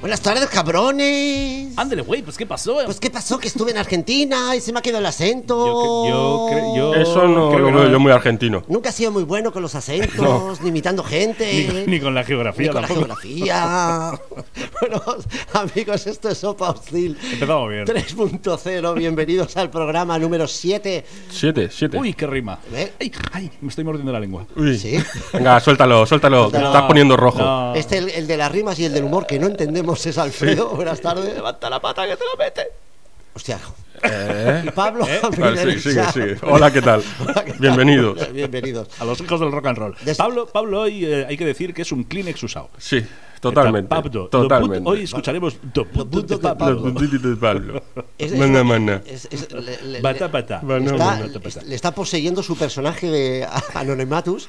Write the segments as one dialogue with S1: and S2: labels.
S1: Buenas tardes, cabrones.
S2: Ándale, güey, pues ¿qué pasó?
S1: Pues, ¿qué pasó? Que estuve en Argentina y se me ha quedado el acento.
S2: Yo cre- yo cre- yo-
S3: Eso no
S2: Creo
S3: lo
S2: que
S3: veo
S1: ¿eh?
S2: no.
S3: yo muy argentino.
S1: Nunca he sido muy bueno con los acentos, ni imitando
S2: ni,
S1: gente.
S2: ni con la
S1: eh, ni
S2: geografía
S1: con la
S2: tampoco.
S1: geografía. bueno, amigos, esto es Sopa Hostil.
S2: Empezamos bien.
S1: 3.0, bienvenidos al programa número 7.
S3: Siete, siete.
S2: Uy, qué rima.
S1: ¿Eh?
S2: Ay, ay, me estoy mordiendo la lengua.
S3: Uy.
S1: Sí.
S3: Venga, suéltalo, suéltalo. que te estás poniendo rojo.
S2: No.
S1: Este, el, el de las rimas y el del humor que no entendemos es Alfredo. Buenas tardes.
S2: Eh.
S1: Levanta la pata que te la mete. Hostia.
S3: ¿Eh?
S1: Y Pablo.
S3: Vale,
S1: Alfredo
S3: sí,
S1: del
S3: sigue,
S1: Chat.
S3: sigue. Hola, ¿qué tal?
S1: Hola, ¿qué tal?
S3: Bienvenidos.
S1: Bienvenidos.
S2: A los hijos del rock and roll.
S1: Des-
S2: Pablo, Pablo hoy eh, hay que decir que es un Kleenex usado.
S3: Sí, totalmente.
S2: Pablo,
S3: totalmente.
S2: Hoy escucharemos Do Put
S1: Put
S2: de
S1: de
S2: Pablo.
S3: Los puntitos de Pablo.
S1: Es- es-
S3: Mana, mana.
S1: es- es- le- le-
S2: Bata,
S1: le-
S2: bata.
S3: Bueno,
S1: está-
S3: bueno,
S2: bata, bata.
S1: le está poseyendo su personaje de Anonymatus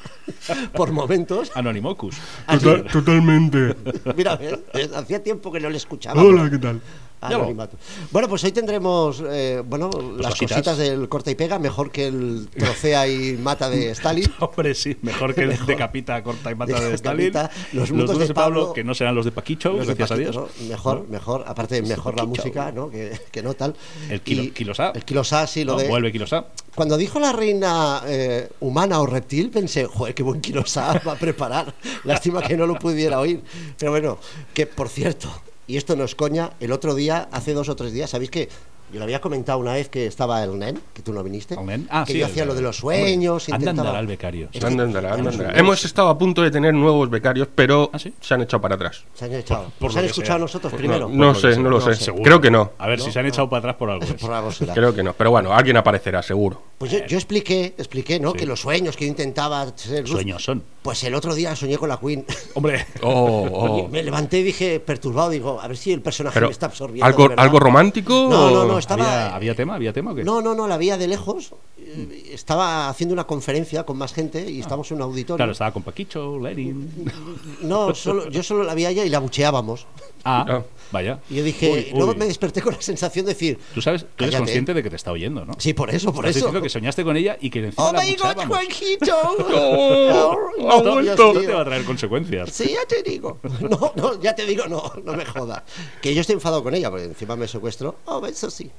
S1: por momentos.
S2: Anonymocus.
S3: Total- totalmente.
S1: Mira, ¿ves? Es- hacía tiempo que no le escuchaba.
S3: Hola, ¿qué tal?
S1: Anonimatus. Bueno, pues hoy tendremos eh, bueno, las
S2: Pues cositas.
S1: cositas. del corta y pega, mejor que el trocea y mata de Stalin.
S2: Hombre, sí, mejor que el decapita, corta y mata de Stalin.
S1: Decapita, los
S2: los
S1: mundos
S2: dos
S1: de
S2: de Pablo,
S1: Pablo,
S2: que no serán los de Paquicho,
S1: Los de
S2: gracias a
S1: Paquito,
S2: Dios.
S1: ¿no? Mejor, mejor. Aparte, mejor la
S2: Paquito.
S1: música, ¿no? Que, que no tal.
S2: El kilo-
S1: Y-
S2: kilosá.
S1: El kilosá, sí, lo
S2: No,
S1: de.
S2: Vuelve Kilosá.
S1: Cuando dijo la reina eh, humana o reptil, pensé, joder, qué buen Kirosá va a preparar. Lástima que no lo pudiera oír. Pero bueno, que por cierto, y esto no es coña, el otro día, hace dos o tres días, ¿sabéis que yo le había comentado una vez que estaba el NEN, que tú no viniste?
S2: El nen. Ah,
S1: que
S2: sí,
S1: yo
S2: el-
S1: hacía lo de los sueños,
S2: Hombre, anda,
S1: intentaba...
S2: andará el becario.
S1: Es que-
S3: Anda, andala, anda,
S1: Vamos,
S3: andala.
S1: un-
S3: Hemos estado a punto de tener nuevos becarios, pero
S2: ¿Ah, sí?
S3: se han echado para atrás.
S1: Se han echado.
S2: por
S1: ¿Nos
S2: lo
S1: han
S2: que
S1: escuchado a
S2: sea.
S1: nosotros
S3: No,
S1: primero?
S3: no sé, no lo sé. Creo que no.
S2: A ver si se han echado para atrás por algo. es.
S1: Por algo será.
S3: Creo que no. Pero bueno, alguien aparecerá, seguro.
S1: Pues yo, yo expliqué, expliqué, ¿no? Que los sueños que yo intentaba ser luz,
S2: Sueños son.
S1: Pues el otro día soñé con la Queen.
S2: Hombre,
S3: Oh,
S1: Y
S3: oh.
S1: me levanté y dije, perturbado, digo, a ver si el personaje
S3: Pero,
S1: me está absorbiendo. de
S3: ¿algo,
S1: verdad.
S3: ¿algo romántico?
S1: No, no,
S3: o-
S1: no, estaba.
S2: ¿había, había tema? ¿Había tema o qué?
S1: No, no, no, la veía de lejos. eh, Estaba haciendo una conferencia con más gente y estábamos en un auditorio.
S2: Ah. Claro, estaba con Paquicho, Lenin.
S1: No, solo, yo solo la vi a ella y la bucheábamos.
S2: Ah,
S3: Ah.
S2: vaya.
S1: Y yo dije,
S2: Uy, uy.
S1: luego me desperté con la sensación de decir,
S2: Tú sabes, tú eres
S1: Cállate.
S2: consciente de que te está oyendo, ¿no?
S1: sí, por eso, por
S2: Estás
S1: eso.
S2: diciendo que soñaste con ella y que encima
S1: ¡Oh,
S2: la
S1: my God,
S2: abucheábamos.
S1: Juanjito!
S3: ha
S1: Dios
S3: vuelto.
S2: Eso
S1: mío.
S2: te va a traer consecuencias.
S1: Sí, ya te digo. No, no, ya te digo, no, no me jodas. Que yo estoy enfadado con ella, porque encima me secuestro. Oh, eso sí.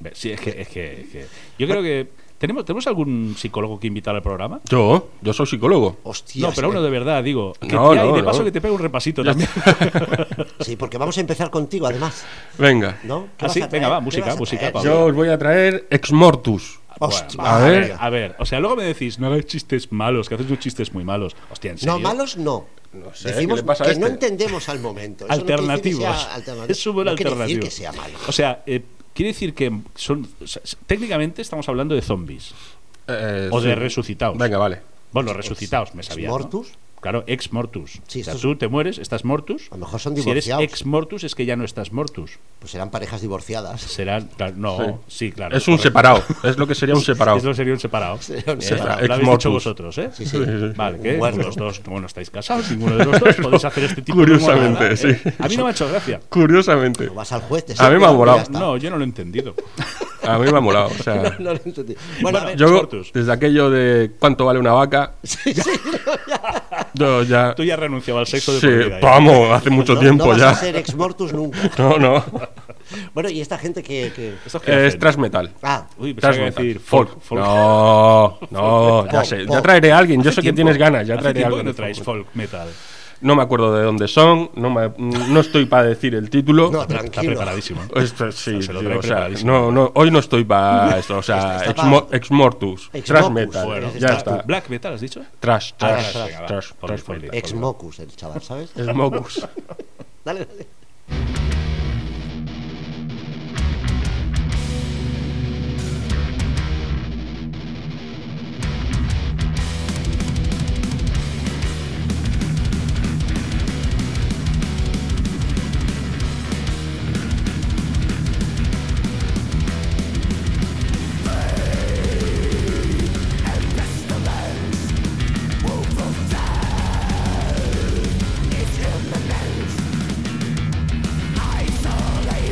S2: Ve, Sí, es que, es que, es que- yo creo que tenemos tenemos algún psicólogo que invitar al programa.
S3: Yo, yo soy psicólogo.
S1: Hostia.
S2: No, pero uno de verdad, digo. Que
S3: No,
S2: ya, y
S3: no,
S2: de
S3: no.
S2: paso que te pega un repasito también.
S1: Sí, porque vamos a empezar contigo, además.
S3: Venga.
S1: ¿No? ¿Qué
S2: Ah,
S1: vas
S2: sí,
S1: a traer?
S2: venga, va,
S1: ¿Qué
S2: música,
S1: vas a
S2: música,
S1: traer?
S2: Pablo.
S3: Yo os voy a traer Ex Mortus.
S1: Hostia,
S3: a
S2: a
S3: ver.
S2: ver, a ver. O sea, luego me decís, no hagáis chistes malos, que haces unos chistes muy malos. Hostia, en serio.
S1: No, malos no. No
S3: sé,
S1: Decimos
S3: ¿qué le pasa a
S1: que
S3: este?
S1: no entendemos al momento. Eso no quiere decir que
S2: alternativos.
S1: sea alternativo.
S2: Es un buen
S1: No quiere
S2: alternativo.
S1: decir que sea malo.
S2: O sea, eh, quiere decir que son. o sea, s- técnicamente estamos hablando de zombies.
S3: Eh,
S2: O de resucitados.
S3: Venga, vale.
S2: Bueno, resucitados, me sabía. ¿no?
S1: mortus.
S2: Claro, ex mortus.
S1: Sí,
S2: o sea,
S1: estos-
S2: tú te mueres, estás mortus.
S1: A lo mejor son
S2: Si eres
S1: divorciados.
S2: ex mortus, es que ya no estás mortus.
S1: Pues serán parejas divorciadas.
S2: Serán. claro, No, sí, claro.
S3: es un
S2: correcto.
S3: separado. Es lo que sería un separado.
S2: Esto sería un separado.
S1: Sería un
S2: Eh,
S1: separado.
S2: Lo
S3: Ex
S2: habéis dicho
S3: mortus.
S2: vosotros, ¿eh?
S1: Sí, sí.
S2: Vale, que
S1: Bueno.
S2: los dos, como no estáis casados, ninguno de los dos, podéis hacer este tipo de.
S3: Curiosamente,
S2: humorada, ¿eh?
S3: sí.
S2: A mí no me ha hecho gracia.
S3: Curiosamente.
S1: No vas al juez. te
S3: A mí me
S1: sacan,
S3: ha
S1: ya
S3: molado.
S1: está.
S2: No, yo no lo he entendido.
S3: A mí me ha molado. O sea,
S1: No, no lo entendí. Bueno, a
S2: Vale.
S1: ver.
S3: yo,
S2: Ex Mortus.
S3: desde aquello de cuánto vale una vaca,
S1: Sí, sí, no, ya.
S3: yo ya.
S2: Tú ya has renunciado al sexo de
S3: Sí,
S2: por vida, ¿eh?
S3: vamos, hace mucho
S1: No-
S3: tiempo
S1: no vas
S3: ya.
S1: a ser ex mortus nunca.
S3: No, no.
S1: Bueno, y esta gente que. que-
S2: ¿Estos qué
S3: Es
S2: hacen?
S3: transmetal.
S1: Ah,
S2: Uy, pensaba que iba a
S3: Transmetal.
S2: decir folk.
S3: folk.
S2: folk.
S3: No, no, ya sé. Ya
S1: Folk.
S3: traeré a alguien. Yo
S2: Hace
S3: sé que
S2: tiempo-
S3: tienes ganas. Ya
S2: hace
S3: traeré a
S2: tiempo que
S3: alguien.
S2: no
S3: de
S2: traéis
S3: folk.
S2: folk metal.
S3: No me acuerdo de dónde son, no, me- no estoy para decir el título.
S1: no,
S2: Está
S1: tranquilo.
S2: preparadísimo. ¿eh?
S3: Esto- sí,
S2: Se lo
S3: tío,
S2: trae
S3: o sea,
S2: preparadísimo.
S3: no, no, hoy no estoy para esto, o sea,
S1: Está- está
S3: ex,
S1: pa-
S3: mo- ex mortus,
S1: Ex
S3: trash
S1: mortus,
S3: metal,
S1: bueno,
S3: ya
S1: está-
S3: está,
S2: Black metal, ¿has dicho?
S3: trash, trash,
S1: trash,
S3: trash,
S2: Ah, venga, va,
S3: trash,
S2: ponle,
S3: trash metal.
S2: ponle.
S1: Ex mocus, el chaval, ¿sabes?
S3: Ex mocus.
S1: Dale, dale.
S4: I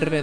S2: Re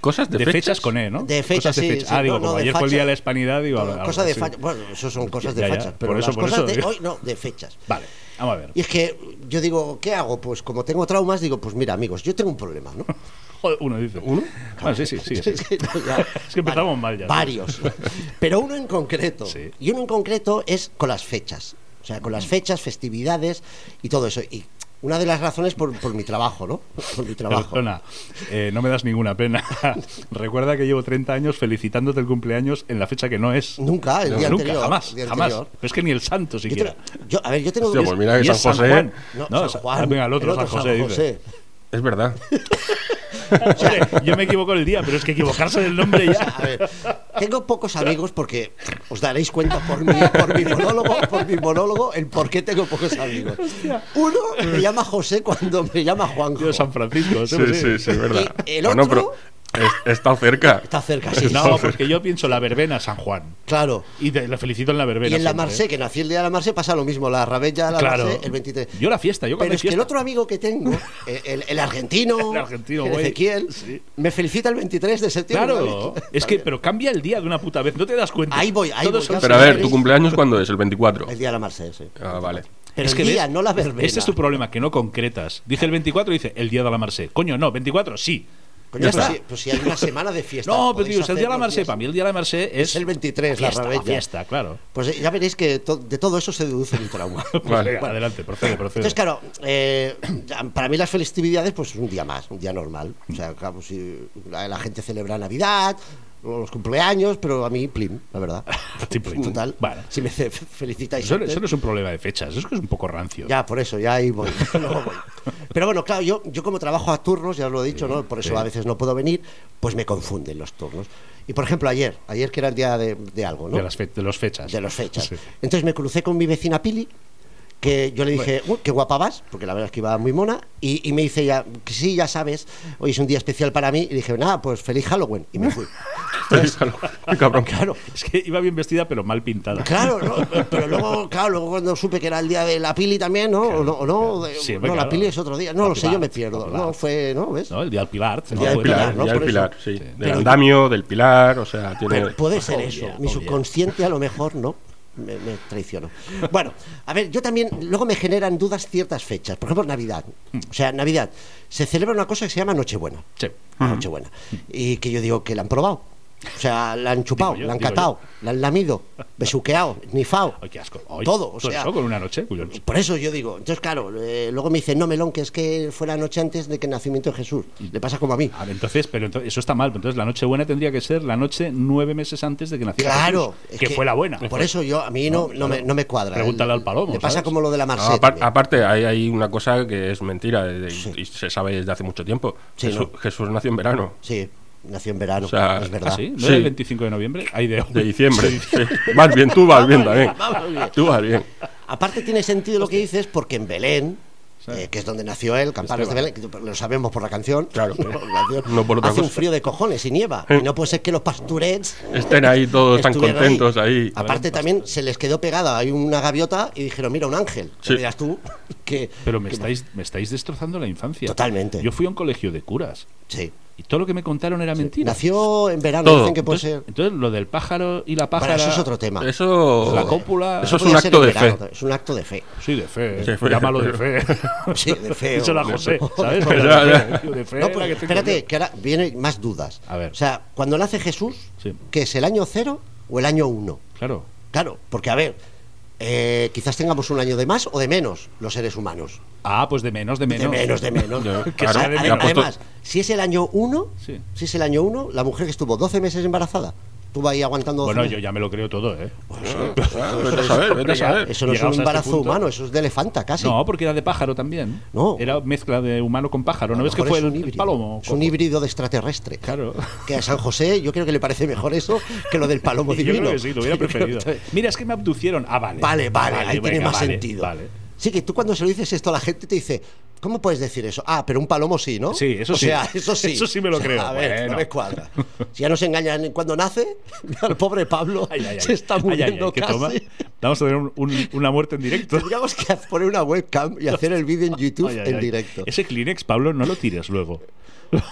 S3: cosas de,
S2: de, fechas con E, ¿no?
S1: De fechas,
S2: Cosas de
S1: sí,
S2: fecha.
S1: sí.
S2: Ah, digo,
S1: No, no,
S2: como
S1: de
S2: ayer fue el día
S1: facha.
S2: de la hispanidad, digo. algo-
S1: Cosas
S2: algo
S1: de
S2: así.
S1: fachas. Bueno, eso son cosas
S2: Ya,
S1: de
S2: ya,
S1: fachas.
S2: por
S1: Pero
S2: eso,
S1: las
S2: por
S1: cosas
S2: eso,
S1: de
S2: digo.
S1: hoy, no, de fechas.
S2: Vale, vamos a ver.
S1: Y es que yo digo, ¿qué hago? Pues como tengo traumas, digo, pues mira, amigos, yo tengo un problema, ¿no?
S2: Joder, uno dice.
S3: ¿Uno?
S2: Bueno, sí, sí, sí. sí.
S1: Es que, no, ya.
S2: Es que empezamos mal ya.
S1: Varios. Pero uno en concreto.
S2: Sí.
S1: Y uno en concreto es con las fechas. O sea, con las fechas, festividades y todo eso. Y una de las razones por, por mi trabajo, ¿no? Por mi trabajo.
S2: Perdona, eh, no me das ninguna pena. Recuerda que llevo 30 años felicitándote el cumpleaños en la fecha que no es.
S1: Nunca, el día
S2: Nunca,
S1: anterior.
S2: jamás,
S1: el día
S2: jamás.
S1: anterior.
S2: Pero es que ni el santo
S1: Yo
S2: siquiera.
S1: tengo- yo- a ver, yo tengo.
S3: Hostia, pues mira
S2: Y
S3: que
S2: es
S3: San José.
S2: Juan. No,
S1: No, San
S2: Sa-
S1: Juan.
S2: ah, venga, el otro,
S1: El otro
S2: San
S1: San
S2: José. dice.
S1: José.
S3: Es verdad.
S2: Oye, yo me equivoco el día, pero es que equivocarse del nombre
S1: O sea, a
S2: ya.
S1: ver, tengo pocos amigos porque os daréis cuenta por mi, por mi monólogo, por mi monólogo, el por qué tengo pocos amigos. Uno me llama José cuando me llama Juanjo.
S2: Tío, San Francisco. ¿eh? Pues
S3: Sí, sí, sí, es verdad.
S1: Y el
S3: Bueno,
S1: otro-
S3: pero es- está cerca.
S1: Está cerca, sí.
S2: No, pues, porque yo pienso la verbena San Juan.
S1: Claro.
S2: Y te, la felicito en la verbena.
S1: Y en la
S2: siempre,
S1: Marse,
S2: ¿eh?
S1: que nací el día de la Marse, pasa lo mismo. La Rabella, la
S2: Claro.
S1: Marse, el 23.
S2: Yo la fiesta, yo cuando
S1: Pero
S2: hay
S1: es que el
S2: fiesta.
S1: otro amigo que tengo, el, el- el argentino,
S2: El argentino,
S1: el
S2: güey.
S1: Ezequiel,
S2: Sí.
S1: me felicita el 23 de septiembre.
S2: Claro,
S1: ¿vale?
S2: es que, pero cambia el día de una puta vez, no te das cuenta.
S1: Ahí voy, ahí
S2: Todos
S1: voy,
S2: son-
S1: ya
S3: Pero a
S1: Sí,
S3: ver,
S1: sí.
S3: ¿tu cumpleaños cuándo es? El 24.
S1: El día de la Marse, sí.
S3: Ah, vale.
S1: Pero
S2: Es que
S1: el día,
S2: ves,
S1: no la verbena.
S2: Ese es tu problema, que no concretas. Dice el 24 y dice el día de la Marse. Coño, no, 24 sí.
S1: Coño,
S2: Ya
S1: pues
S2: está.
S1: si- pues si hay una semana de fiesta.
S2: No, pero
S1: podéis
S2: digo, es el día de la
S1: hacer los
S2: Marse.
S1: días.
S2: Para mí el día de la Marse es.
S1: Es el 23, la
S2: fiesta,
S1: rabella.
S2: fiesta, claro.
S1: Pues eh, ya veréis que to- de todo eso se deduce mi trauma.
S2: Pues
S3: Vale.
S2: venga, adelante, procede, procede.
S1: Entonces, claro, eh, ya, para mí las festividades, pues es un día más, un día normal. O sea, claro, si la, la gente celebra Navidad, o los cumpleaños, pero a mí, plim, la verdad.
S2: Sí, pues,
S1: Total,
S2: Vale.
S1: si me ce- felicitáis.
S2: Eso,
S1: antes-
S2: eso no es un problema de fechas, eso es que es un poco rancio.
S1: Ya, por eso, ya ahí voy. luego voy. Pero bueno, claro, yo, yo como trabajo a turnos, ya os lo he dicho, ¿no? Por eso
S2: sí.
S1: a veces no puedo venir, pues me confunden los turnos. Y por ejemplo, ayer, ayer que era el día de, de algo, ¿no?
S2: de, las fe- de los fechas.
S1: de los fechas.
S2: Sí.
S1: Entonces me crucé con mi vecina Pili, que yo le dije, "Uy, qué guapa vas, porque la verdad es que iba muy mona, y, y me dice ella, que sí, ya sabes, hoy es un día especial para mí, y dije, nada, pues feliz Halloween, y me fui.
S3: Qué cabrón.
S1: Claro,
S2: Es que iba bien vestida, pero mal pintada.
S1: claro, ¿no? pero luego, claro, luego cuando supe que era el día de la Pili también, ¿no? o no, o no,
S2: claro.
S1: de-
S2: Sí,
S1: no,
S2: hombre,
S1: la
S2: claro.
S1: Pili es otro día, no
S2: La
S1: lo sé, yo
S2: Pilar,
S1: me
S2: la
S1: pierdo,
S2: Pilar.
S1: no, fue, ¿no, ves?
S2: ¿No? El día del Pilar.
S1: El
S3: Ah,
S1: día del
S2: Fue-
S1: Pilar, ¿no?
S3: ya el
S1: Por eso.
S3: pilar, sí.
S2: Sí.
S3: Del
S1: Pero-
S3: andamio, del pilar, o sea, tiene.
S1: Pero puede ser eso.
S2: Joder,
S1: Mi
S2: joder.
S1: subconsciente a lo mejor no. Me, me traicionó. Bueno, a ver, yo también. Luego me generan dudas ciertas fechas. Por ejemplo, Navidad. O sea, Navidad. Se celebra una cosa que se llama Nochebuena.
S2: Mm. Sí.
S1: La Nochebuena. Y que yo digo que la han probado. O sea, la han chupado,
S2: Digo yo,
S1: la han
S2: digo
S1: catado, la han lamido, besuqueado, nifao.
S2: Ay, qué asco. Ay,
S1: Todo, o
S2: todo
S1: sea-
S2: eso con una noche, Cullón.
S1: Por eso yo digo. Entonces, claro, eh, luego me dicen, no, Melón, que es que fue la noche antes de que el nacimiento de Jesús.
S2: Mm.
S1: Le pasa como a mí.
S2: A ver, entonces, pero ento- eso está mal. pero Entonces, la noche buena tendría que ser la noche nueve meses antes de que naciera
S1: Claro,
S2: Jesús,
S1: es
S2: que, fue la buena.
S1: Por eso yo, a mí no, no, me, no me cuadra.
S2: Pregúntale al palomo,
S1: Le pasa
S2: ¿sabes?
S1: como lo de la
S3: No,
S1: Marsella.
S3: apar- aparte, hay, hay una cosa que es mentira de- de- y se sabe desde hace mucho tiempo.
S1: Sí,
S3: Jesús,
S1: ¿no?
S3: Jesús nació en verano,
S1: Sí, nació en verano,
S3: O sea,
S1: es verdad.
S2: ¿Ah, sí? ¿No
S3: Sí.
S2: era el 25 de noviembre? Hay de,
S3: de diciembre. sí. Vas bien, tú vas bien también. Tú vas bien.
S1: Aparte tiene sentido lo que dices porque en Belén, eh, que es donde nació él, Campanas de
S2: Esteban.
S1: Belén, que lo sabemos por la canción,
S3: Claro.
S1: ¿no? Por la canción,
S3: No por otra
S1: hace un
S3: cosa.
S1: frío de cojones y nieva. Y no puede ser que los pasturets...
S3: Estén ahí todos tan
S1: estuvieran
S3: contentos ahí.
S1: Aparte también se les quedó pegada, hay una gaviota y dijeron, mira, un ángel.
S3: Sí.
S1: Y dirás tú que...
S2: Pero me
S1: que-
S2: estáis, me estáis destrozando la infancia.
S1: Totalmente.
S2: Yo fui a un colegio de curas
S1: Sí.
S2: y todo lo que me contaron era mentira.
S1: Nació en verano,
S3: Todo.
S1: dicen que puede
S2: entonces,
S1: ser...
S2: entonces, lo del pájaro y la pájara.
S1: Bueno, eso es otro tema.
S3: Eso.
S2: La cópula-
S3: Eso es
S1: Puede
S3: un
S1: ser
S3: acto
S1: en
S3: de fe.
S1: verano, Es un acto de fe.
S2: Sí, de fe.
S3: Sí, fue-
S2: Llámalo de fe.
S1: Sí, de fe,
S2: Eso la
S1: hombre.
S2: José, ¿sabes?
S3: Ya,
S2: Era de
S3: ya.
S2: fe, tío, de fe,
S1: No,
S2: la que
S1: pero
S2: tengo
S1: espérate,
S2: yo.
S1: que ahora vienen más dudas.
S2: A ver.
S1: O sea, cuando nace Jesús,
S2: Sí.
S1: ¿qué es el año cero o el año uno?
S2: Claro.
S1: Claro, porque a ver, eh, quizás tengamos un año de más o de menos los seres humanos.
S2: Ah, pues de menos, de menos.
S1: De menos, de menos.
S3: Ya,
S1: Que
S3: claro,
S1: sea-
S2: ya
S1: ade-
S2: ha
S1: además,
S3: puesto-
S1: si es el año uno,
S2: Sí.
S1: si es el año uno, la mujer que estuvo 12 meses embarazada, Tú vas ahí aguantando.
S2: Bueno,
S1: 12
S2: yo ya me lo creo todo, ¿eh?
S3: Ah, vete a saber, vete a saber.
S1: Eso no es
S2: Llegados
S1: un
S2: a este
S1: embarazo
S2: punto-
S1: humano, eso es de elefanta casi.
S2: No, porque era de pájaro también.
S1: No.
S2: Era mezcla de humano con pájaro. ¿No
S1: A lo
S2: ves que
S1: mejor
S2: fue
S1: es
S2: el,
S1: un
S2: el
S1: híbrido,
S2: palomo?
S1: Es un híbrido de extraterrestre.
S2: Claro.
S1: Que a San José yo creo que le parece mejor eso que lo del palomo divino.
S2: Yo creo que sí, lo hubiera
S1: Yo creo
S2: preferido.
S1: que-
S2: Mira, es que me abducieron. Ah, vale.
S1: Vale, vale, ahí tiene
S2: venga,
S1: más
S2: vale,
S1: sentido.
S2: Vale.
S1: Sí, que tú cuando se lo dices esto a la gente te dice, ¿cómo puedes decir eso? Ah, pero un palomo sí, ¿no?
S2: Sí, eso
S1: o
S2: sí.
S1: sea, eso sí.
S2: Eso sí me lo
S1: O sea,
S2: creo.
S1: A ver,
S2: Bueno.
S1: no me cuadra. Si ya nos engañan cuando nace, al pobre Pablo
S2: Ay, ay, ay.
S1: se está
S2: Ay, ay, ay,
S1: muriendo
S2: que
S1: casi.
S2: toma. Vamos a tener un- un- una muerte en directo.
S1: Tendríamos que poner una webcam y hacer el vídeo en YouTube
S2: Ay, ay,
S1: en
S2: ay.
S1: directo.
S2: Ese Kleenex, Pablo, no lo tires luego.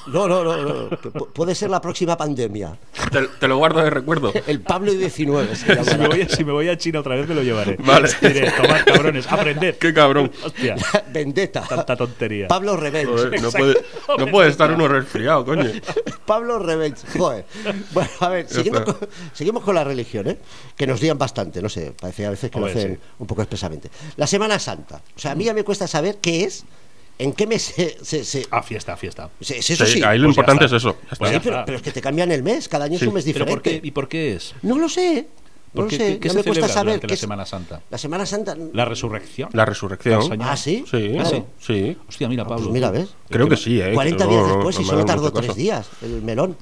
S1: No, no, no, no. que pu- Puede ser la próxima pandemia.
S3: Te, te lo guardo de recuerdo.
S1: El Pablo y 19 se llamará.
S2: Si me, voy, a- si me voy a China otra vez, me lo llevaré.
S3: Vale.
S2: Diré, tomad, cabrones, aprended.
S3: Qué cabrón.
S2: Hostia,
S1: Vendetta.
S2: tanta tontería.
S1: Pablo Revenge.
S3: Joder, no, puede, no puede estar uno resfriado, coño.
S1: Pablo Revenge. Joder. Bueno, a ver, siguiendo
S3: está.
S1: con- seguimos con la religión, ¿eh? Que nos lían bastante, no sé. Parece a veces que lo
S2: Hombre,
S1: hacen
S2: sí.
S1: un poco expresamente. La Semana Santa. O sea, a mí ya me cuesta saber qué es, en qué mes se. se- se-
S2: Ah, fiesta, fiesta.
S1: se- se- eso
S3: Sí,
S1: sí.
S3: ahí lo
S2: pues ya
S3: importante es
S2: está.
S3: eso. ya está.
S2: Pues
S1: Sí,
S2: ya
S1: pero,
S2: está.
S1: pero es que te cambian el mes. Cada año
S3: Sí,
S1: es un mes
S2: ¿Pero
S1: diferente.
S2: por qué, ¿Y por qué es?
S1: No lo sé. No lo
S2: ¿Por qué,
S1: sé.
S2: qué- qué
S1: ya
S2: se
S1: me cuesta
S2: celebra
S1: saber
S2: durante
S1: qué
S2: la
S1: es-
S2: Semana Santa?
S1: La Semana Santa.
S2: ¿La resurrección?
S3: La Ah, resurrección.
S2: Del
S1: Ah, sí.
S3: Sí,
S1: Ah,
S2: sí.
S3: sí.
S2: Hostia, mira, Pablo.
S1: Pues mira, ¿ves?
S3: Creo que sí, ¿eh?
S1: 40
S3: que
S1: días
S3: no-
S1: después
S3: no
S1: y
S3: me
S1: solo
S3: dan
S1: tardó
S3: mucho
S1: tres
S3: caso.
S1: días el melón.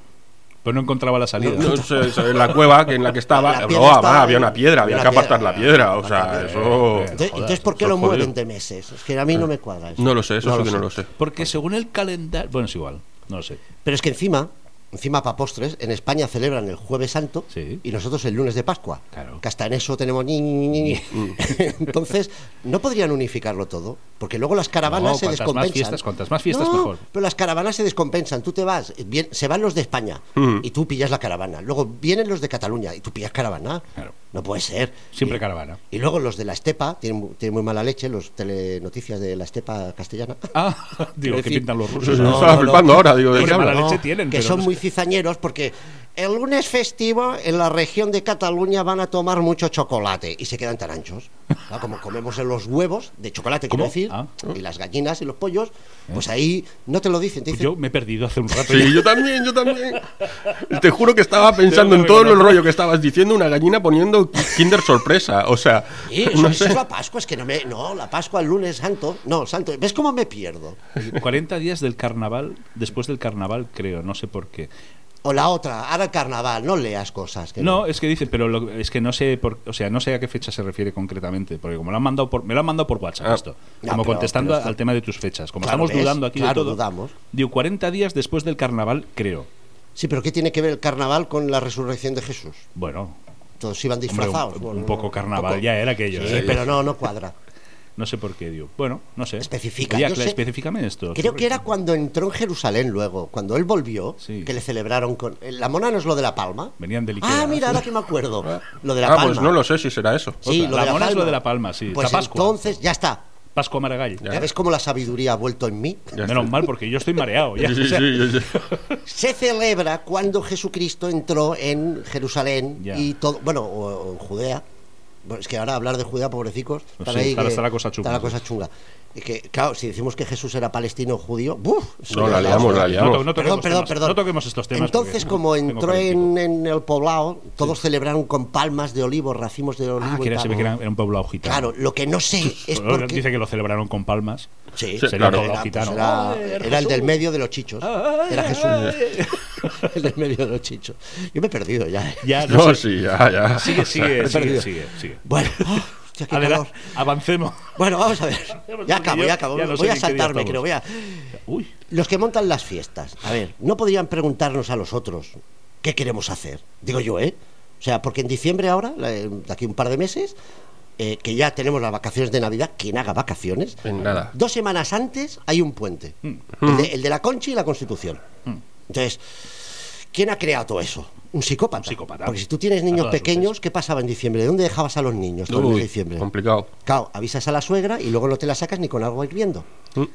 S2: Pues no encontraba la salida.
S3: No sé, sé, en la cueva que en la que estaba,
S1: La
S3: no,
S1: piedra
S3: además,
S1: estaba-
S3: había una piedra, había
S1: una
S3: que
S1: piedra.
S3: apartar la piedra, o sea,
S1: piedra.
S3: eso
S2: Eh,
S1: Entonces,
S2: joder,
S1: entonces, ¿por qué
S3: eso
S1: lo
S3: es jodido. Eh,
S1: mueven de meses? Es que a mí no me cuadra eso.
S3: no lo sé, eso sí que no lo sé.
S2: Porque según el calendario. Bueno, es igual. No lo sé.
S1: Pero es que encima, encima para postres, en España celebran el Jueves Santo
S2: Sí.
S1: y nosotros el lunes de Pascua.
S2: Claro.
S1: Que hasta en eso tenemos ni, ni, ni, ni, ni.
S3: Mm,
S1: Entonces, no podrían unificarlo todo, porque luego las caravanas
S2: No,
S1: se
S2: cuantas más
S1: descompensan.
S2: fiestas, cuantas más fiestas,
S1: No,
S2: mejor.
S1: Pero las caravanas se descompensan, tú te vas, bien, se van los de España
S3: Mm.
S1: y tú pillas la caravana. Luego vienen los de Cataluña y tú pillas caravana.
S2: Claro.
S1: No puede ser.
S2: Siempre
S1: Y-
S2: caravana.
S1: Y luego los de la Estepa, tienen, mu- tienen muy mala leche, los telenoticias de la Estepa castellana.
S2: Ah, digo, que
S1: decir-
S2: pintan los
S3: Yo
S2: rusos.
S1: No,
S3: estaba
S1: no,
S3: flipando
S1: no.
S3: ahora, digo, ¿de
S2: Pues
S3: qué
S2: mala
S3: habla?
S2: leche. tienen,
S1: que
S2: pero
S1: son
S2: no
S1: muy
S2: sé.
S1: cizañeros porque el lunes festivo en la región de Cataluña van a tomar mucho chocolate y se quedan tan anchos. Claro, como comemos en los huevos de chocolate, quiero
S2: ¿Cómo?
S1: decir,
S2: Ah. ¿Eh?
S1: y las gallinas y los pollos, pues ahí no te lo dicen, te dicen,
S2: Pues Yo me he perdido hace un rato.
S3: Sí, yo también, yo también. Te juro que estaba pensando en todo el rollo que estabas diciendo, una gallina poniendo Kinder sorpresa, o sea,
S1: "Sí, "Eh, eso,
S3: no
S1: eso
S3: sé.
S1: es la Pascua, es que no me... No, la Pascua el lunes santo, no, santo, ¿ves cómo me pierdo?
S2: 40 días del carnaval, después del carnaval, creo, no sé por qué.
S1: O la otra, ahora el carnaval, no leas cosas. Que
S2: No, es que dice, pero lo- es que no sé, por, o sea, no sé a qué fecha se refiere concretamente, porque como lo han mandado por, me lo han mandado por WhatsApp
S3: Ah.
S2: esto,
S1: Ya,
S2: como
S1: pero-
S2: contestando
S1: pero esto-
S2: al tema de tus fechas, como
S1: Claro,
S2: estamos
S1: ¿ves?
S2: dudando aquí de
S1: Claro,
S2: todo,
S1: dudamos.
S2: digo 40 días después del carnaval, creo.
S1: Sí, pero ¿qué tiene que ver el carnaval con la resurrección de Jesús?
S2: Bueno,
S1: Todos iban
S2: hombre,
S1: disfrazados.
S2: un,
S1: bueno,
S2: un poco
S1: un
S2: carnaval
S1: poco.
S2: ya era aquello.
S1: Sí,
S2: ¿eh?
S1: pero no, no cuadra.
S2: No sé por qué, digo. Bueno, no sé.
S1: Especifica,
S2: Oye,
S1: yo
S2: Acla,
S1: sé-
S2: específicame esto.
S1: Creo que era cuando entró en Jerusalén luego, cuando él volvió,
S2: Sí.
S1: que le celebraron con... eh, La mona no es lo de la palma.
S2: Venían del Ikea.
S1: Ah, mira, ahora que me acuerdo. Lo de la
S3: Ah,
S1: palma.
S3: pues no lo sé si será eso.
S1: Sí,
S2: Otra.
S1: lo
S2: La
S1: de la
S2: mona es
S1: palma.
S2: lo de la palma, sí.
S1: Pues
S2: La Pascua.
S1: entonces ya está.
S2: Pascua Maragall.
S1: Ya. ves cómo la sabiduría ha vuelto en mí?
S3: Ya
S2: Menos
S3: está.
S2: mal, porque yo estoy mareado. ya,
S3: Sí,
S2: o
S3: sí,
S2: sea,
S3: sí, sí, sí.
S1: Se celebra cuando Jesucristo entró en Jerusalén
S2: Ya.
S1: y todo... Bueno, o, o en Judea. Bueno, es que ahora hablar de Judea, pobrecitos, están
S2: Pues Sí,
S1: ahí
S2: está-
S1: que-
S2: está la cosa chunga.
S1: está la cosa chunga. Y que, claro, si decimos que Jesús era palestino o judío, ¡buf! Eso
S3: No,
S1: ya
S3: la
S1: es
S3: liamos,
S1: hostia.
S2: No,
S3: la
S2: to-
S3: liamos.
S2: no
S1: Perdón,
S2: toquemos
S1: perdón,
S2: temas-
S1: perdón.
S2: no toquemos estos temas.
S1: Entonces,
S2: porque
S1: como
S2: tengo
S1: entró
S2: colérico.
S1: en, en el poblado, todos celebraron con palmas de olivo, racimos de olivo.
S2: Ah,
S1: y
S2: que era,
S1: tal.
S2: se ve que era, era un pueblo gitano.
S1: Claro, lo que no sé es
S2: Bueno,
S1: por qué.
S2: Dice que lo celebraron con palmas.
S1: Sí,
S3: Sí,
S2: Sería
S3: claro.
S2: un pueblo
S1: era, pues,
S2: gitano.
S1: era-
S2: Ay,
S1: era el
S2: Jesús.
S1: del medio de los chichos.
S2: Ay,
S1: Era Jesús,
S2: ay.
S1: el del medio de los chichos. Yo me he perdido ya. eh.
S2: Ya, no
S3: No,
S2: sé.
S3: sí, ya, ya.
S2: Sigue, sigue,
S1: Me he
S2: sigue,
S1: perdido.
S2: sigue, sigue.
S1: Bueno,
S2: Ah,
S1: oh, hostia, qué
S2: Adela-
S1: calor.
S2: avancemos.
S1: Bueno, vamos a ver.
S2: porque
S1: Ya acabo,
S2: yo
S1: ya acabo.
S2: ya no sé
S1: voy
S2: ni
S1: a
S2: en qué día
S1: saltarme,
S2: estamos.
S1: creo. Voy a...
S2: Uy,
S1: Los que montan las fiestas, a ver, ¿no podrían preguntarnos a los otros qué queremos hacer? Digo yo, ¿eh? O sea, porque en diciembre ahora, la- eh, de aquí un par de meses, eh, que ya tenemos las vacaciones de Navidad, quien haga vacaciones,
S3: En nada.
S1: dos semanas antes hay un puente,
S2: Mm.
S1: el,
S3: Mm.
S1: de, el de la Conchi y la Constitución. Entonces, ¿quién ha creado todo eso? Un psicópata.
S2: psicópata.
S1: Porque si tú tienes
S2: A
S1: niños
S2: todas
S1: pequeños, ¿qué pasaba en diciembre? ¿De dónde dejabas a los niños todo el mes de
S3: Uy,
S1: diciembre?
S3: complicado.
S1: Claro, avisas a la suegra y luego no te la sacas ni con agua hirviendo.